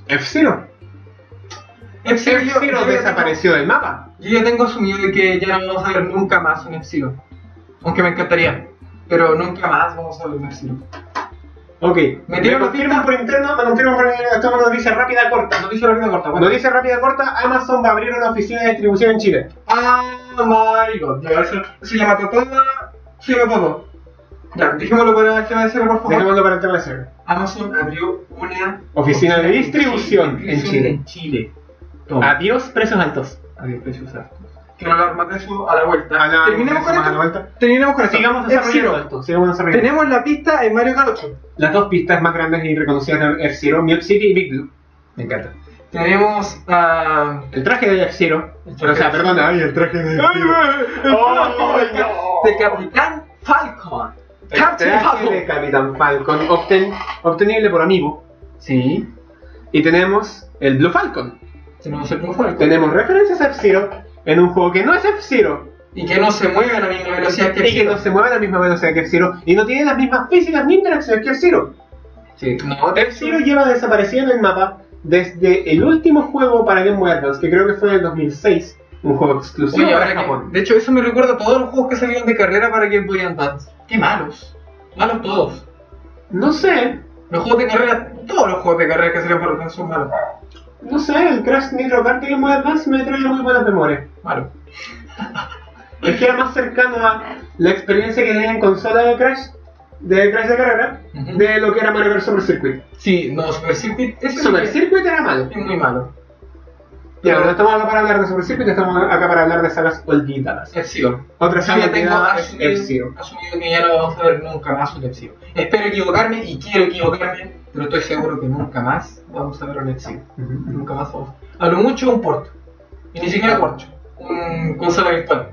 Speaker 2: F-Zero.
Speaker 4: F-Zero yo- yo
Speaker 2: F-Zero
Speaker 4: ya
Speaker 2: desapareció del mapa.
Speaker 4: tengo- Yo ya tengo asumido que ya no vamos a ver nunca más un F-Zero. Aunque me encantaría. Pero nunca más vamos a ver un F-Zero.
Speaker 2: Ok.
Speaker 4: Me dieron la
Speaker 2: confirman
Speaker 4: pista.
Speaker 2: por interno, me confirman por interno. Esto es una noticia rápida corta.
Speaker 4: Noticia rápida corta. Bueno,
Speaker 2: Noticia rápida corta: Amazon va a abrir una oficina de distribución en Chile.
Speaker 4: Ah, my god, ya, eso, se llama toda. Se llama todo. Ya, dejémoslo para el tema de cierre, por favor.
Speaker 2: Dejémoslo para el tema de cero.
Speaker 4: Amazon abrió una
Speaker 2: Oficina de distribución en Chile. Ah.
Speaker 4: En Chile. Toma.
Speaker 2: Adiós, precios altos.
Speaker 4: Adiós, precios altos. Ah, pues. Quiero hablar más de eso a la vuelta.
Speaker 2: A la-
Speaker 4: Terminemos con
Speaker 2: a la
Speaker 4: esto.
Speaker 2: vuelta.
Speaker 4: Terminemos con esto.
Speaker 2: Sigamos
Speaker 4: F-Zero.
Speaker 2: desarrollando esto. Sigamos desarrollando.
Speaker 4: Tenemos la pista en Mario Kart 8.
Speaker 2: Las dos pistas más grandes y reconocidas de F-Zero, Mute City y Big Blue. Me encanta.
Speaker 4: Tenemos a.
Speaker 2: El traje de F-Zero. O sea, perdona, ay, el traje de F-Zero. no!
Speaker 4: De Capitán Falcon.
Speaker 2: El
Speaker 4: Captain
Speaker 2: traje de
Speaker 4: Falcon.
Speaker 2: Capitán Falcon, obten- obtenible por Amiibo.
Speaker 4: Sí.
Speaker 2: Y tenemos el Blue Falcon.
Speaker 4: Tenemos el Blue Falcon.
Speaker 2: Tenemos referencias a F-Zero en un juego que no es F-Zero.
Speaker 4: Y que no se mueve a la misma velocidad que
Speaker 2: Y que
Speaker 4: F-Zero.
Speaker 2: no se mueve a la misma velocidad que F-Zero. Y no tiene las mismas físicas ni interacciones que F-Zero.
Speaker 4: Sí, no,
Speaker 2: F-Zero lleva desaparecido en el mapa desde el último juego para Game Boy Advance, que creo que fue en el 2006, un juego exclusivo
Speaker 4: Oye,
Speaker 2: para
Speaker 4: Pues ahora que-
Speaker 2: Japón.
Speaker 4: de hecho, eso me recuerda a todos los juegos que salieron de carrera para Game Boy Advance. Qué malos. Malos todos.
Speaker 2: No sé,
Speaker 4: Los juegos de carrera, todos los juegos de carrera que salieron para Advance son malos.
Speaker 2: no sé, el Crash Nitro Kart de Game Boy Advance me trae muy buenas memorias.
Speaker 4: Malos.
Speaker 2: Me queda más cercano a la experiencia que tenía en consola de Crash, de Crash de carrera,
Speaker 4: Ujú.
Speaker 2: de lo que era Mario Kart Super Circuit.
Speaker 4: Sí, no, Super Circuit es
Speaker 2: Super Circuit era malo.
Speaker 4: es muy malo.
Speaker 2: Y ahora no estamos acá para hablar de Super Circuit, estamos acá para hablar de sagas olvidadas.
Speaker 4: Ezio.
Speaker 2: Otra
Speaker 4: Yo
Speaker 2: saga
Speaker 4: ya tengo
Speaker 2: olvidada es
Speaker 4: asumido,
Speaker 2: Ezio.
Speaker 4: asumido que ya no vamos a ver nunca más un Ezio. Espero equivocarme y quiero equivocarme, pero estoy seguro que nunca más vamos a ver un Ezio.
Speaker 2: Ujú.
Speaker 4: Nunca más vamos. A lo mucho un port. Y ni siquiera port. Un consola virtual.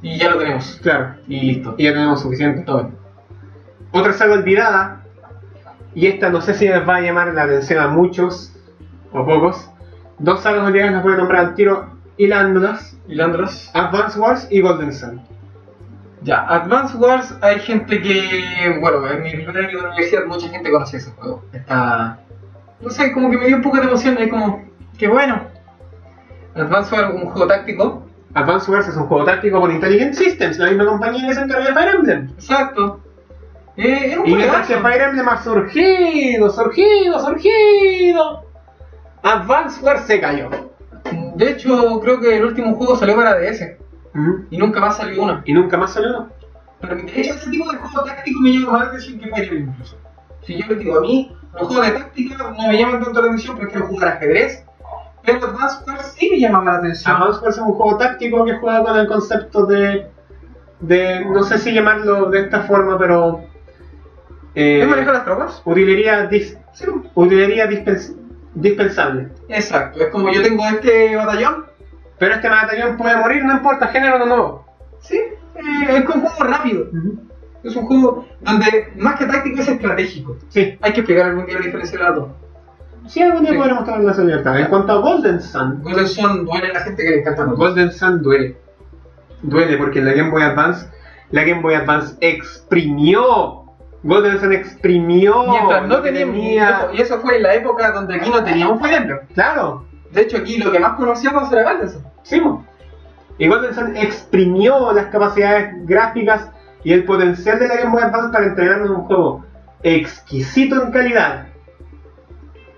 Speaker 4: Y ya lo tenemos.
Speaker 2: Claro,
Speaker 4: Y listo.
Speaker 2: y ya tenemos suficiente.
Speaker 4: Todo bien.
Speaker 2: Otra saga olvidada, y esta no sé si les va a llamar la atención a muchos o pocos. Dos sagas olvidadas las voy a nombrar al tiro hilándolas:
Speaker 4: ¿Y Landros?
Speaker 2: Advance Wars y Golden Sun.
Speaker 4: Ya, Advance Wars hay gente que, bueno, en mi primer año de universidad mucha gente conoce ese juego. Está, no sé, como que me dio un poco de emoción, es como, qué bueno. Advance Wars, un juego táctico,
Speaker 2: Advance Wars es un juego táctico por Intelligent Systems, la misma compañía que se encarga de Fire Emblem.
Speaker 4: exacto. Eh, era un
Speaker 2: Y
Speaker 4: juego
Speaker 2: gracias a Fire Emblem ha surgido, surgido, surgido. Advance Wars se cayó.
Speaker 4: De hecho, creo que el último juego salió para DS y nunca más salió uno.
Speaker 2: ¿Mm? Y nunca más salió.
Speaker 4: Pero de hecho, ese tipo de juego táctico me llama más la atención que Fire Emblem, incluso. Si yo les digo, a mí los juegos de táctica no me llaman tanto la atención, prefiero jugar ajedrez. Pero Advance Wars sí me llamaba la atención.
Speaker 2: Advance Wars es un juego táctico que juega con el concepto de. de. no sé si llamarlo de esta forma, pero. eh,
Speaker 4: ¿Qué maneja las tropas?
Speaker 2: utilería, dis-
Speaker 4: Sí.
Speaker 2: utilería dispens- dispensable.
Speaker 4: Exacto, es como yo tengo este batallón.
Speaker 2: Pero este batallón puede morir, no importa, género o no.
Speaker 4: Sí, eh, es un juego rápido. Es un juego donde más que táctico es estratégico.
Speaker 2: Sí,
Speaker 4: Hay que explicar algún día la diferencia de las dos.
Speaker 2: sí, algún día
Speaker 4: Sí.
Speaker 2: podremos tomar las libertad. En cuanto a Golden Sun,
Speaker 4: Golden Sun duele a la gente que le encanta los
Speaker 2: Golden Sun duele. Duele porque la Game Boy Advance, la Game Boy Advance exprimió. Golden Sun exprimió.
Speaker 4: Mientras no
Speaker 2: lo que
Speaker 4: teníamos. Y eso fue en la época donde aquí no teníamos Fire Emblem.
Speaker 2: Claro,
Speaker 4: De hecho, aquí lo que más conocíamos era Golden Sun.
Speaker 2: sí. mo. Y Golden Sun exprimió las capacidades gráficas y el potencial de la Game Boy Advance para entregarnos un juego exquisito en calidad.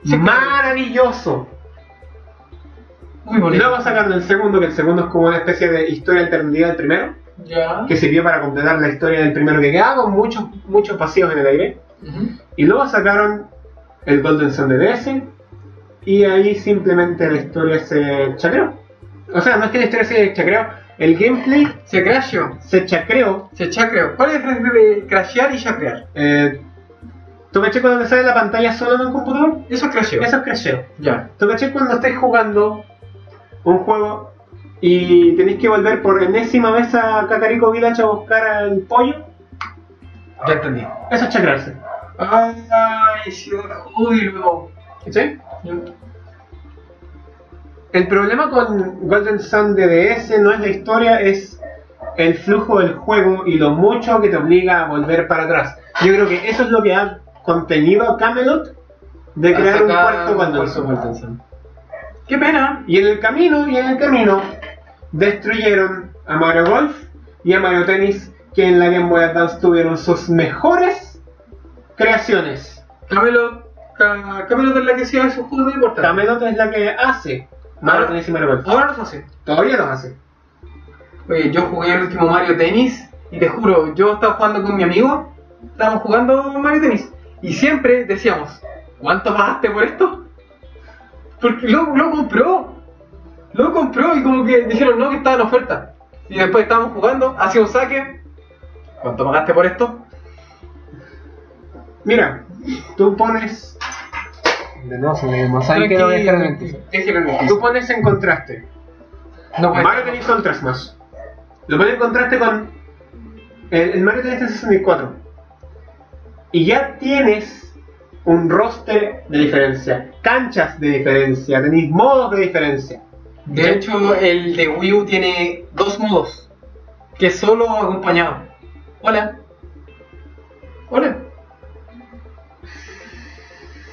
Speaker 4: Sí, claro.
Speaker 2: maravilloso.
Speaker 4: Muy
Speaker 2: Luego sacaron el segundo, que el segundo es como una especie de historia alternativa del primero.
Speaker 4: Ya.
Speaker 2: que sirvió para completar la historia del primero que quedaba con muchos, muchos paseos en el aire.
Speaker 4: Ujú.
Speaker 2: Y luego sacaron el Golden Sun de DS y ahí simplemente la historia se chacreó. O sea, no es que la historia se chacreó, el gameplay
Speaker 4: Se crasheó.
Speaker 2: se chacreó.
Speaker 4: Se chacreó. ¿Cuál es el diferencia de crashear y chacrear?
Speaker 2: Eh, ¿Tú caché cuando te sale la pantalla solo en un computador?
Speaker 4: Eso es crasheo.
Speaker 2: Eso es crasheo.
Speaker 4: Ya.
Speaker 2: ¿Tú caché cuando estáis jugando un juego y tenéis que volver por enésima vez a Cacarico Village a buscar al pollo?
Speaker 4: Ya entendí.
Speaker 2: Eso es chacrearse.
Speaker 4: Ay, ciudad júbilo.
Speaker 2: ¿Sí? El problema con Golden Sun de DS no es la historia, es el flujo del juego y lo mucho que te obliga a volver para atrás. Yo creo que eso es lo que ha contenido a Camelot de crear un cuarto Golden Sun.
Speaker 4: Qué pena.
Speaker 2: Y en el camino, y en el camino, destruyeron a Mario Golf y a Mario Tennis, que en la Game Boy Advance tuvieron sus mejores creaciones.
Speaker 4: Camelot. Ca- Camelot es la que hacía esos juegos de deporte.
Speaker 2: Camelot es la que hace Mario
Speaker 4: Ah.
Speaker 2: Tennis y Mario Golf.
Speaker 4: Ahora los hace.
Speaker 2: Todavía los hace.
Speaker 4: Oye, yo jugué el último Mario Tennis y te juro, yo estaba jugando con mi amigo, estábamos jugando Mario Tennis y siempre decíamos, ¿cuánto pagaste por esto? Porque lo, lo compró, lo compró y como que dijeron no, que estaba en oferta. Y después estábamos jugando, hacía un saque, ¿cuánto pagaste por esto?
Speaker 2: Mira, tú pones. De nuevo se me
Speaker 4: Tranquilo, déjelo en el
Speaker 2: Tú
Speaker 4: piso.
Speaker 2: pones en contraste.
Speaker 4: No puede
Speaker 2: Mario
Speaker 4: ser.
Speaker 2: Tennis Contrast más. Lo pones en contraste con. El, el Mario este Tennis de 64. Y ya tienes un roster de diferencia, canchas de diferencia, tenéis modos de diferencia.
Speaker 4: De hecho, el de Wii U tiene dos modos. Que solo acompañado. Hola. Hola.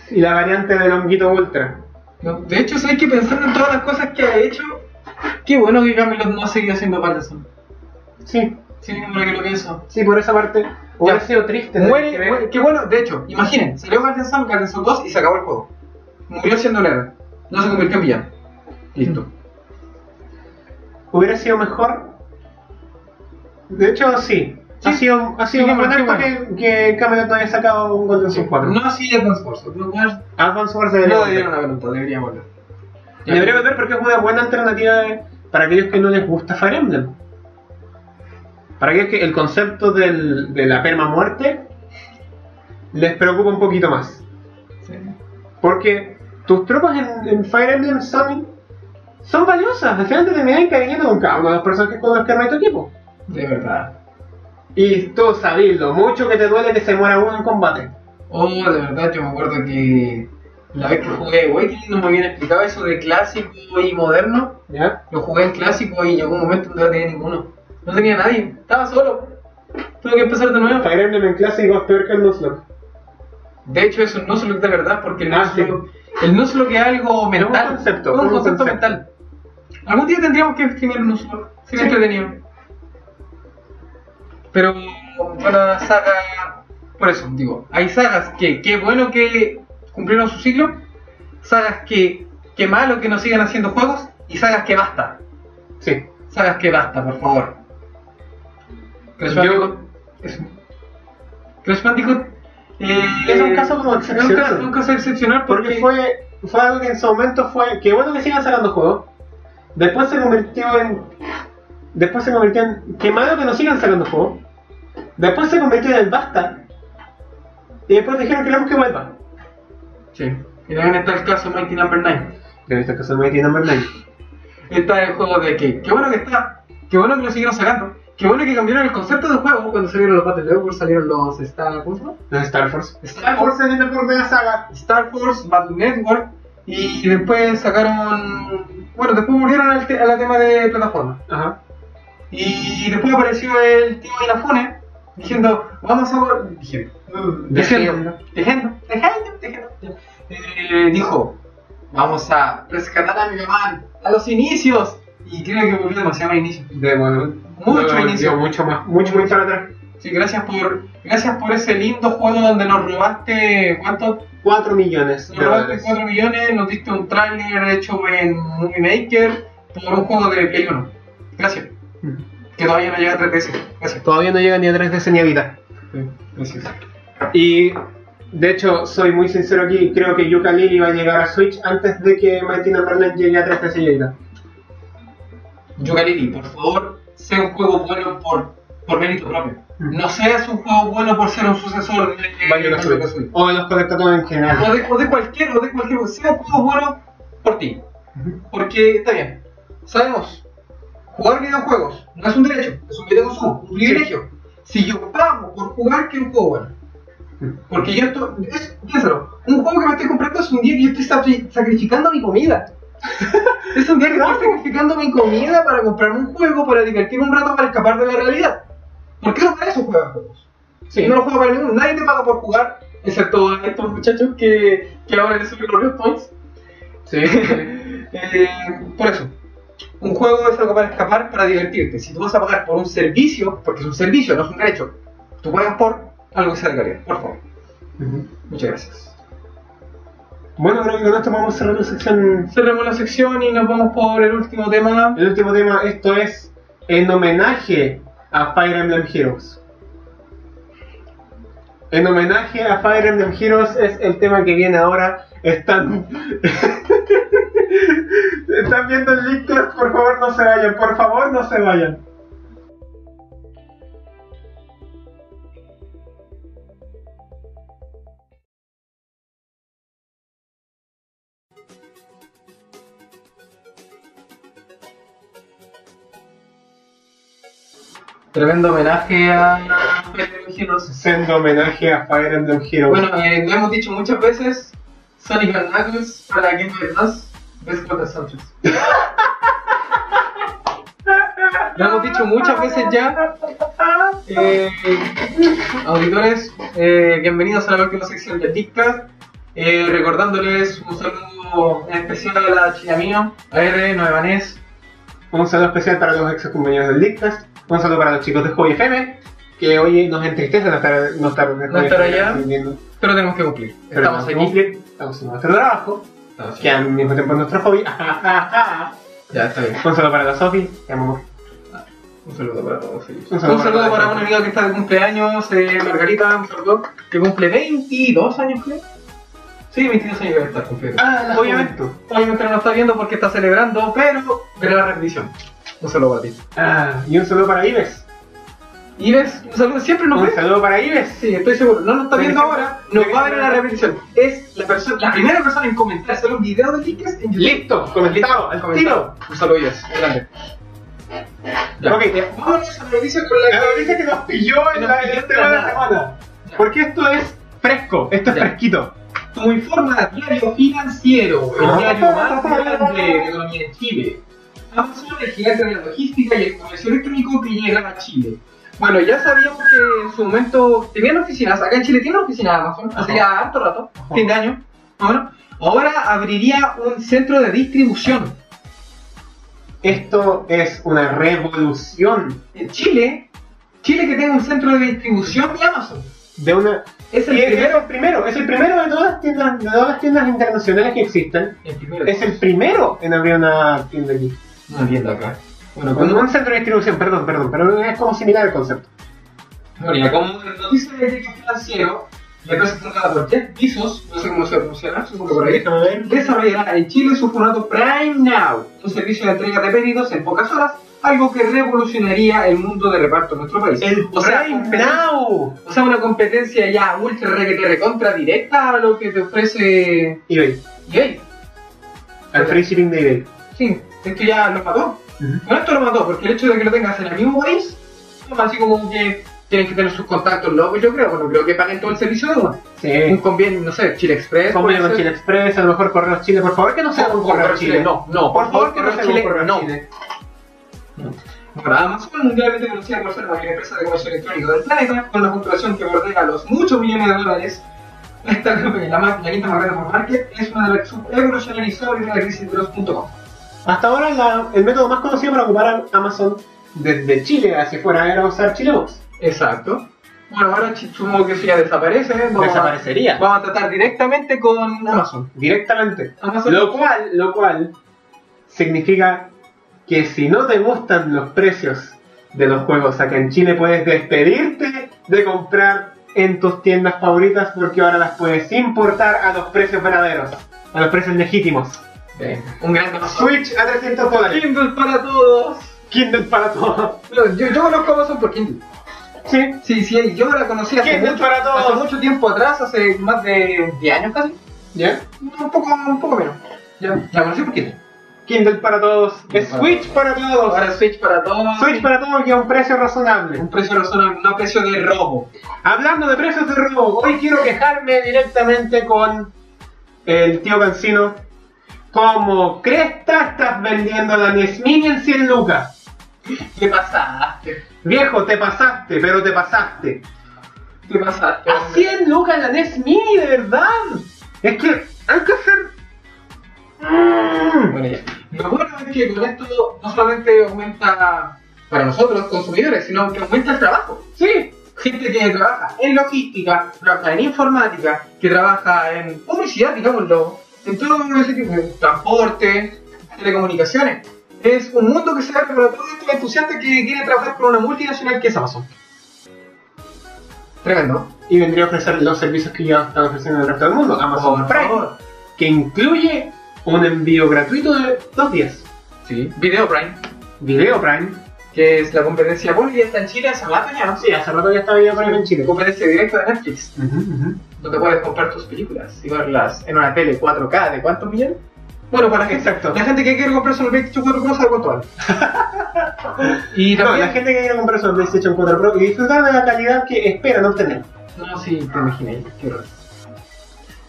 Speaker 2: Y la variante del honguito ultra.
Speaker 4: No, de hecho, si hay que pensar en todas las cosas que ha hecho, qué bueno que Camelot no ha seguido siendo Patterson.
Speaker 2: Sí,
Speaker 4: Sin ninguna que lo pienso.
Speaker 2: sí, por esa parte. Hubiera sido triste. tener que
Speaker 4: Muere,
Speaker 2: ver-
Speaker 4: muere- qué bueno, de hecho, imaginen, salió Patterson, Patterson 2 y se acabó el juego. Murió siendo un héroe. No se convirtió en villano. Listo.
Speaker 2: Mm. Hubiera sido mejor. De hecho, sí. Ha
Speaker 4: Sí.
Speaker 2: sido, ha sido
Speaker 4: Sí,
Speaker 2: un buen
Speaker 4: qué
Speaker 2: acto que, que Camelot no haya sacado un Golden Sun 4.
Speaker 4: No así Advance Wars. Advance Wars
Speaker 2: Advance Wars debería
Speaker 4: no
Speaker 2: volver.
Speaker 4: debieron haber notado, debería volver.
Speaker 2: Y debería volver porque es una buena alternativa de- para aquellos que no les gusta Fire Emblem. Para aquellos que el concepto del- de la permamuerte les preocupa un poquito más.
Speaker 4: Sí.
Speaker 2: Porque tus tropas en, en Fire Emblem Summit son valiosas. Al final te terminas encariñando con cada una de las personas que con las que armas tu equipo.
Speaker 4: De verdad.
Speaker 2: Y tú sabes lo mucho que te duele que se muera uno en combate.
Speaker 4: Oh, de verdad, yo me acuerdo que la vez que jugué Awakening no me habían explicado eso de clásico y moderno.
Speaker 2: ¿Ya?
Speaker 4: Lo jugué en clásico y llegó un momento donde no tenía ninguno. No tenía nadie, estaba solo. Tuve que empezar de nuevo.
Speaker 2: Fire Emblem en clásico es peor que el Nuzlocke.
Speaker 4: De hecho, eso no solo es de verdad, porque el
Speaker 2: Ah,
Speaker 4: no solo, el no solo que es algo mental.
Speaker 2: concepto,
Speaker 4: es un
Speaker 2: un
Speaker 4: concepto,
Speaker 2: concepto.
Speaker 4: mental. Algún día tendríamos que escribir un solo. Sería
Speaker 2: Sí.
Speaker 4: entretenido. Pero, bueno, la saga. Por eso, digo, hay sagas que qué bueno que cumplieron su ciclo, sagas que qué malo que no sigan haciendo juegos, y sagas que basta.
Speaker 2: Sí.
Speaker 4: Sagas que basta, por favor. Crash
Speaker 2: Yo-
Speaker 4: Bandicoot. es- Crash Bandicoot. eh,
Speaker 2: Es un caso como
Speaker 4: es un caso,
Speaker 2: excepcional.
Speaker 4: un caso excepcional porque,
Speaker 2: Porque fue, fue algo que en su momento fue. Que bueno que sigan sacando juegos. Después se convirtió en. Después se convirtió en. Que malo que no sigan sacando juegos. Después se convirtió en el basta. Y después dijeron queremos que vuelva.
Speaker 4: Sí. Y también está el caso Mighty Number 9.
Speaker 2: De esta cosa no tiene nombre
Speaker 4: Está el juego de que. Qué bueno que está. Qué bueno que lo siguieron sacando. Qué bueno que cambiaron el concepto del juego cuando salieron los Battle Network, salieron los Star, ¿cómo se llama?
Speaker 2: No es Star Force.
Speaker 4: Star
Speaker 2: Star Force es la primera saga.
Speaker 4: Star Force, Battle Network. Y después sacaron. Bueno, después murieron al, te- a la tema de plataforma.
Speaker 2: Ajá.
Speaker 4: Y después apareció el tío Inafune diciendo, vamos a... vol- Diciendo, diciendo, diciendo, diciendo, diciendo, eh, dijo, vamos a rescatar a mi mamá a los inicios. Y creo que volvió demasiado a inicios.
Speaker 2: De bueno.
Speaker 4: Mucho
Speaker 2: Luego
Speaker 4: inicio.
Speaker 2: volvió Mucho más. Mucho, mucho para atrás.
Speaker 4: Sí, gracias por, gracias por ese lindo juego donde nos robaste, ¿cuánto?
Speaker 2: 4 millones de
Speaker 4: Nos robaste
Speaker 2: dólares.
Speaker 4: 4 millones, nos diste un tráiler hecho en Movie Maker por un juego de Play 1. Gracias.
Speaker 2: Mm.
Speaker 4: Que todavía no llega a 3 veces. Gracias.
Speaker 2: Todavía no llega ni a 3 veces ni a vida.
Speaker 4: Gracias.
Speaker 2: Y de hecho, soy muy sincero aquí, creo que Yuka Lily va a llegar a Switch antes de que Mighty No. 9 llegue a 3 señorita.
Speaker 4: Yucalili, por favor, sea un juego bueno por, por mérito propio. No seas un juego bueno por ser un sucesor de
Speaker 2: Mario
Speaker 4: de-
Speaker 2: Kart Switch. O de los colectores en general.
Speaker 4: O de, o de cualquier, o de cualquier, sea un juego bueno por ti. Porque está bien, sabemos, jugar videojuegos no es un derecho, es un derecho consumo, un privilegio. Si yo pago por jugar, quiero un juego bueno. Porque yo estoy, es- piénsalo, un juego que me estoy comprando es un día que yo estoy sacri- sacrificando mi comida. es un día que estoy sacrificando mi comida para comprarme un juego, para divertirme un rato, para escapar de la realidad. ¿Por qué no para eso juegan juegos?
Speaker 2: Sí.
Speaker 4: No lo juega para ninguno, nadie te paga por jugar, excepto a estos muchachos que, que ahora les suben los response.
Speaker 2: Sí.
Speaker 4: Eh, por eso, un juego es algo para escapar, para divertirte. Si tú vas a pagar por un servicio, porque es un servicio, no es un derecho, tú pagas por algo que sea de calidad, por favor.
Speaker 2: Ujú.
Speaker 4: Muchas gracias.
Speaker 2: bueno, creo que con esto vamos a cerrar la sección.
Speaker 4: Cerremos la sección y nos vamos por el último tema.
Speaker 2: El último tema, esto es en homenaje a Fire Emblem Heroes. En homenaje a Fire Emblem Heroes es el tema que viene ahora. Están. Están viendo el link, por favor no se vayan, por favor no se vayan.
Speaker 4: Tremendo homenaje a Heroes.
Speaker 2: Sendo homenaje a Fire Emblem Heroes.
Speaker 4: Bueno, eh, lo hemos dicho muchas veces, Sonic and Knuckles para la Game Boy Advance, Best Brother Soundtracks. Lo hemos dicho muchas veces ya. Eh, auditores, eh, bienvenidos a la última sección de TikTok. Eh, recordándoles un saludo saludo en especial a la Chinamino, a R, Nueva Nes,
Speaker 2: Un saludo especial para los ex compañeros del Leadcast. Un saludo para los chicos de Hobby FM, que hoy nos entristece no estar, no estar, en el
Speaker 4: No
Speaker 2: Hobby
Speaker 4: estar
Speaker 2: FM
Speaker 4: allá.
Speaker 2: transmitiendo.
Speaker 4: pero tenemos que cumplir.
Speaker 2: Pero
Speaker 4: Estamos
Speaker 2: no,
Speaker 4: aquí.
Speaker 2: Estamos en nuestro trabajo,
Speaker 4: Estamos aquí.
Speaker 2: que al mismo tiempo es nuestro hobby. un
Speaker 4: Ya, está bien.
Speaker 2: saludo para la Sofi, te amamos.
Speaker 4: Un saludo para todos ellos.
Speaker 2: Un
Speaker 4: Un
Speaker 2: saludo
Speaker 4: saludo,
Speaker 2: para
Speaker 4: para,
Speaker 2: todos.
Speaker 4: un amigo que está de cumpleaños, eh, Margarita, un saludo, que cumple 22 años, creo. Sí, 22 años debe estar cumpliendo.
Speaker 2: Ah, la
Speaker 4: obviamente,
Speaker 2: juventud.
Speaker 4: obviamente no lo está viendo porque está celebrando, pero verá la repetición. Un saludo para ti.
Speaker 2: Ah, y un saludo para Ives.
Speaker 4: Ives, un saludo, siempre nos
Speaker 2: Un
Speaker 4: ve.
Speaker 2: saludo para Ives.
Speaker 4: Sí, estoy seguro, no lo está viendo
Speaker 2: Feliz-
Speaker 4: ahora, nos va a ver en la repetición. Es la, persona, la primera persona en comentar solo un video de Likas en YouTube.
Speaker 2: Listo, comentado, al
Speaker 4: Comentado.
Speaker 2: tiro.
Speaker 4: Un saludo, Ives, un grande. Ya.
Speaker 2: Ok.
Speaker 4: ya, vámonos a la repetición con la
Speaker 2: La noticia que nos pilló en,
Speaker 4: Nos
Speaker 2: la,
Speaker 4: pilló
Speaker 2: en el
Speaker 4: en
Speaker 2: tema de la
Speaker 4: la nada.
Speaker 2: semana.
Speaker 4: Ya.
Speaker 2: Porque esto es fresco, esto es
Speaker 4: Ya.
Speaker 2: fresquito.
Speaker 4: Tu informa diario financiero, el
Speaker 2: Ah.
Speaker 4: diario más grande de economía en Chile. Amazon, el gigante de la logística y el comercio electrónico que llega a Chile. Bueno, ya sabíamos que en su momento tenían oficinas, acá en Chile tiene oficinas Amazon, hace ya harto rato,
Speaker 2: Ajá.
Speaker 4: fin de año. Bueno, ahora abriría un centro de distribución.
Speaker 2: Esto es una revolución
Speaker 4: En Chile, Chile que tenga un centro de distribución de Amazon.
Speaker 2: de una.
Speaker 4: Es el
Speaker 2: Y es- es
Speaker 4: primero.
Speaker 2: el primero, es el primero de todas las tiendas, de todas las tiendas internacionales que existen.
Speaker 4: El primero.
Speaker 2: Es el primero en abrir una tienda aquí.
Speaker 4: Una tienda acá. Bueno,
Speaker 2: Con
Speaker 4: cuando
Speaker 2: un centro de distribución, perdón, perdón, pero es como similar al concepto.
Speaker 4: Bueno, ya como noticia de director financiero, la empresa fundada por Jeff Bezos, no sé cómo se pronunciará, supongo que por ahí,
Speaker 2: Déjame ver.
Speaker 4: desarrollará en Chile su formato Prime Now, un servicio de entrega de pedidos en pocas horas, algo que revolucionaría el mundo de reparto en nuestro país.
Speaker 2: El
Speaker 4: O sea,
Speaker 2: Prime
Speaker 4: un-
Speaker 2: Now.
Speaker 4: O sea, una competencia ya ultra requete recontra directa a lo que te ofrece
Speaker 2: eBay.
Speaker 4: eBay.
Speaker 2: Al free shipping de eBay.
Speaker 4: Sí, esto ya lo mató.
Speaker 2: Ujú.
Speaker 4: No, esto lo mató, porque el hecho de que lo tengas en el mismo país, es así como que tienen que tener sus contactos locos, yo creo, bueno, creo que paguen todo el servicio de una. Un
Speaker 2: Sí.
Speaker 4: convenio, no sé, Chile Express.
Speaker 2: Convenio
Speaker 4: puede
Speaker 2: con
Speaker 4: ser.
Speaker 2: Chile Express, a lo mejor Correos Chile, por favor que no sea
Speaker 4: No,
Speaker 2: con
Speaker 4: Correos
Speaker 2: Correos
Speaker 4: Chile,
Speaker 2: Chile.
Speaker 4: no, no,
Speaker 2: por favor que no sea
Speaker 4: Correos
Speaker 2: con
Speaker 4: Chile,
Speaker 2: Correos
Speaker 4: no.
Speaker 2: Chile.
Speaker 4: Bueno, Amazon mundialmente conocida por ser la mayor empresa de comercio electrónico del planeta, con una facturación que bordea los muchos millones de dólares. Esta compañía, la, más- la quinta más grande por market, es una de las subrevolucionarizadoras de la crisis de los .com.
Speaker 2: Hasta ahora la- el método más conocido para ocupar a Amazon desde Chile hacia afuera era usar Chilebox.
Speaker 4: Exacto. Bueno, ahora ch- supongo que eso ya desaparece. ¿eh? Vamos, A,
Speaker 2: Desaparecería.
Speaker 4: vamos a tratar directamente con Amazon.
Speaker 2: Directamente.
Speaker 4: Amazon.
Speaker 2: Lo cual, lo cual significa que si no te gustan los precios de los juegos acá en Chile, puedes despedirte de comprar en tus tiendas favoritas porque ahora las puedes importar a los precios verdaderos, a los precios legítimos.
Speaker 4: Bien, Un gran Amazon.
Speaker 2: Switch a 300 dólares.
Speaker 4: Kindle para todos.
Speaker 2: Kindle para todos.
Speaker 4: No, yo, yo conozco Amazon por Kindle.
Speaker 2: Sí.
Speaker 4: Sí, sí, yo la conocí hace
Speaker 2: Kindle
Speaker 4: mucho,
Speaker 2: para todos.
Speaker 4: hace mucho tiempo atrás, hace más de 10 años casi.
Speaker 2: ¿Ya?
Speaker 4: No, Un poco, un poco menos. Ya, la conocí por Kindle.
Speaker 2: Kindle para todos.
Speaker 4: Kindle para
Speaker 2: Switch para todos.
Speaker 4: Ahora Switch para todos.
Speaker 2: Switch para todos y a un precio razonable.
Speaker 4: un precio razonable, no a precio de robo.
Speaker 2: Hablando de precios de robo, hoy quiero quejarme directamente con el tío Cancino. Como cresta estás vendiendo la Nesmini en 100 lucas.
Speaker 4: ¿Qué pasaste?
Speaker 2: Viejo, te pasaste, pero te pasaste.
Speaker 4: ¿Qué pasaste?
Speaker 2: A 100 lucas la Nesmini, de verdad. Es que hay que hacer... Mm.
Speaker 4: Bueno, ya. Lo bueno es que con esto no solamente aumenta para nosotros, los consumidores, sino que aumenta el trabajo.
Speaker 2: Sí,
Speaker 4: Gente que trabaja en logística, trabaja en informática, que trabaja en publicidad, digámoslo, en todo ese tipo de transporte, telecomunicaciones. Es un mundo que se abre para todos estos entusiastas que quieren trabajar con una multinacional que es Amazon. Tremendo.
Speaker 2: y vendría a ofrecer los servicios que ya están ofreciendo el resto del mundo. Amazon
Speaker 4: Por
Speaker 2: Prime,
Speaker 4: favor.
Speaker 2: que incluye un envío gratuito de dos días.
Speaker 4: Sí. Video Prime,
Speaker 2: Video Prime.
Speaker 4: que es la competencia pública está en Chile hace rato ya, no sé.
Speaker 2: Sí, hace rato ya estaba Video Prime en Chile.
Speaker 4: Competencia directa de Netflix.
Speaker 2: Ujú, ujú.
Speaker 4: donde puedes comprar tus películas y verlas en una tele 4K de cuántos millones? Bueno, para la gente,
Speaker 2: Exacto.
Speaker 4: la gente que quiere comprarse un PlayStation 4 Pro sabe cuánto vale. y
Speaker 2: No,
Speaker 4: también,
Speaker 2: la gente que quiere comprar su PlayStation 4 Pro y disfrutar de la calidad que esperan obtener.
Speaker 4: no, sí, te imaginé, qué horror.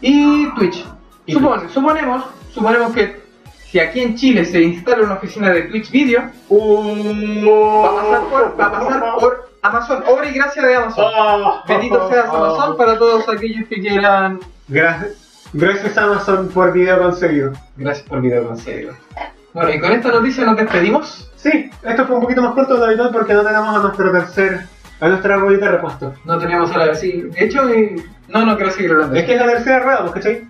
Speaker 4: Y Twitch.
Speaker 2: Y
Speaker 4: Supone- Suponemos, suponemos que si aquí en Chile se instala una oficina de Twitch Video,
Speaker 2: ¡Oh!
Speaker 4: va a pasar por, va a pasar por Amazon, obra y gracia de Amazon.
Speaker 2: Oh, pues.
Speaker 4: Bendito seas Amazon para todos aquellos que quieran
Speaker 2: Gracias. Gracias Amazon por video conseguido.
Speaker 4: Gracias por el video, conseguido. Bueno, y con esta noticia nos despedimos.
Speaker 2: Sí, esto fue un poquito más corto de lo habitual porque no tenemos a nuestro tercer, a nuestra bolita de repuesto.
Speaker 4: No teníamos a la sí. De hecho, eh, no, no quiero seguir hablando.
Speaker 2: Es que es la tercera rueda, ¿pues cachai?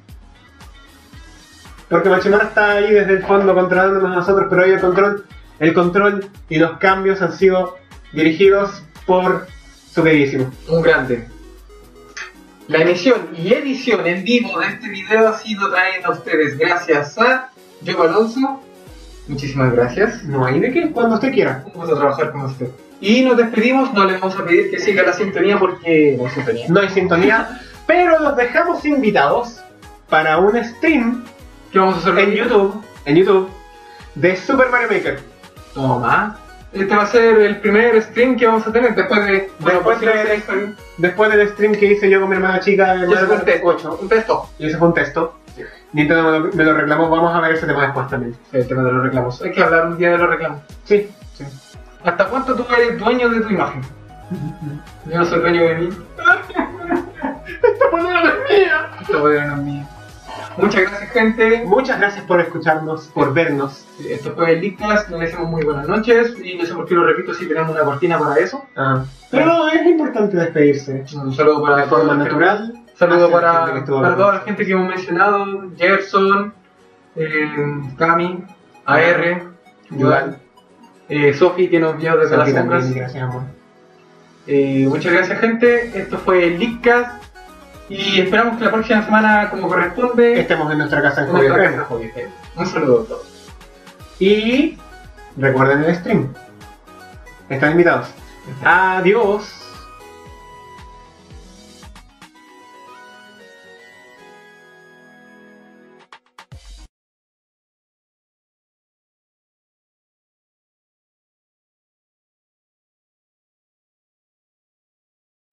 Speaker 2: Porque Machimara está ahí desde el fondo controlándonos a nosotros, pero hoy el control, el control y los cambios han sido dirigidos por su queridísimo.
Speaker 4: un grande. La emisión y edición en vivo de este video ha sido traída a ustedes gracias a Diego Alonso. Muchísimas gracias.
Speaker 2: No hay de qué, cuando usted quiera.
Speaker 4: Un gusto trabajar con usted. Y nos despedimos, no le vamos a pedir que siga la sintonía porque no hay sintonía.
Speaker 2: No hay sintonía, pero los dejamos invitados para un stream
Speaker 4: ¿Qué vamos a hacer?
Speaker 2: en YouTube, en YouTube, de Super Mario Maker.
Speaker 4: Toma. Este va a ser el primer stream que vamos a tener después de...
Speaker 2: Después
Speaker 4: por si no
Speaker 2: de- este
Speaker 4: se hizo el-
Speaker 2: Después del stream que hice yo con mi hermana chica en
Speaker 4: Yo hice
Speaker 2: Mario
Speaker 4: un
Speaker 2: Kart
Speaker 4: texto,
Speaker 2: 8,
Speaker 4: un texto.
Speaker 2: y ese fue un texto. Nintendo me lo, me lo reclamó, vamos a ver ese tema después también.
Speaker 4: El tema de los reclamos. Hay que hablar un día de los reclamos.
Speaker 2: Sí, sí.
Speaker 4: ¿Hasta cuánto tú eres dueño de tu imagen? Yo no soy dueño de mí.
Speaker 2: ¡Esta polera no es mía!
Speaker 4: Esto fue una mía. Muchas gracias, gente.
Speaker 2: Muchas gracias por escucharnos, por vernos.
Speaker 4: Esto fue el Lictas. Les deseamos muy buenas noches. Y no sé por qué lo repito si tenemos una cortina para eso.
Speaker 2: Ah, Pero es importante despedirse.
Speaker 4: Un saludo para
Speaker 2: De forma
Speaker 4: para-
Speaker 2: natural.
Speaker 4: Un saludo
Speaker 2: hacia la
Speaker 4: para,
Speaker 2: gente que estuvo
Speaker 4: para toda la
Speaker 2: hablando.
Speaker 4: gente que hemos mencionado: Gerson, eh, Cami, AR, Yudal, eh, Sofi que nos vio desde
Speaker 2: Gracias a ti
Speaker 4: las sombras.
Speaker 2: también, gracias, amor.
Speaker 4: Eh, muchas gracias, gente. Esto fue el Leakcast. Y esperamos que la próxima semana, como corresponde,
Speaker 2: Estemos en nuestra casa en
Speaker 4: en nuestra
Speaker 2: Jovio
Speaker 4: casa, Hobby Fest. Un saludo a todos.
Speaker 2: Y recuerden el stream. Están invitados. Adiós.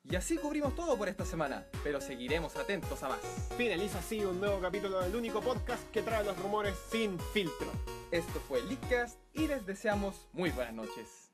Speaker 3: Y así cubrimos todo por esta semana, pero seguiremos atentos a más.
Speaker 5: Finaliza así un nuevo capítulo del único podcast que trae los rumores sin filtro.
Speaker 3: Esto fue Leakcast y les deseamos muy buenas noches.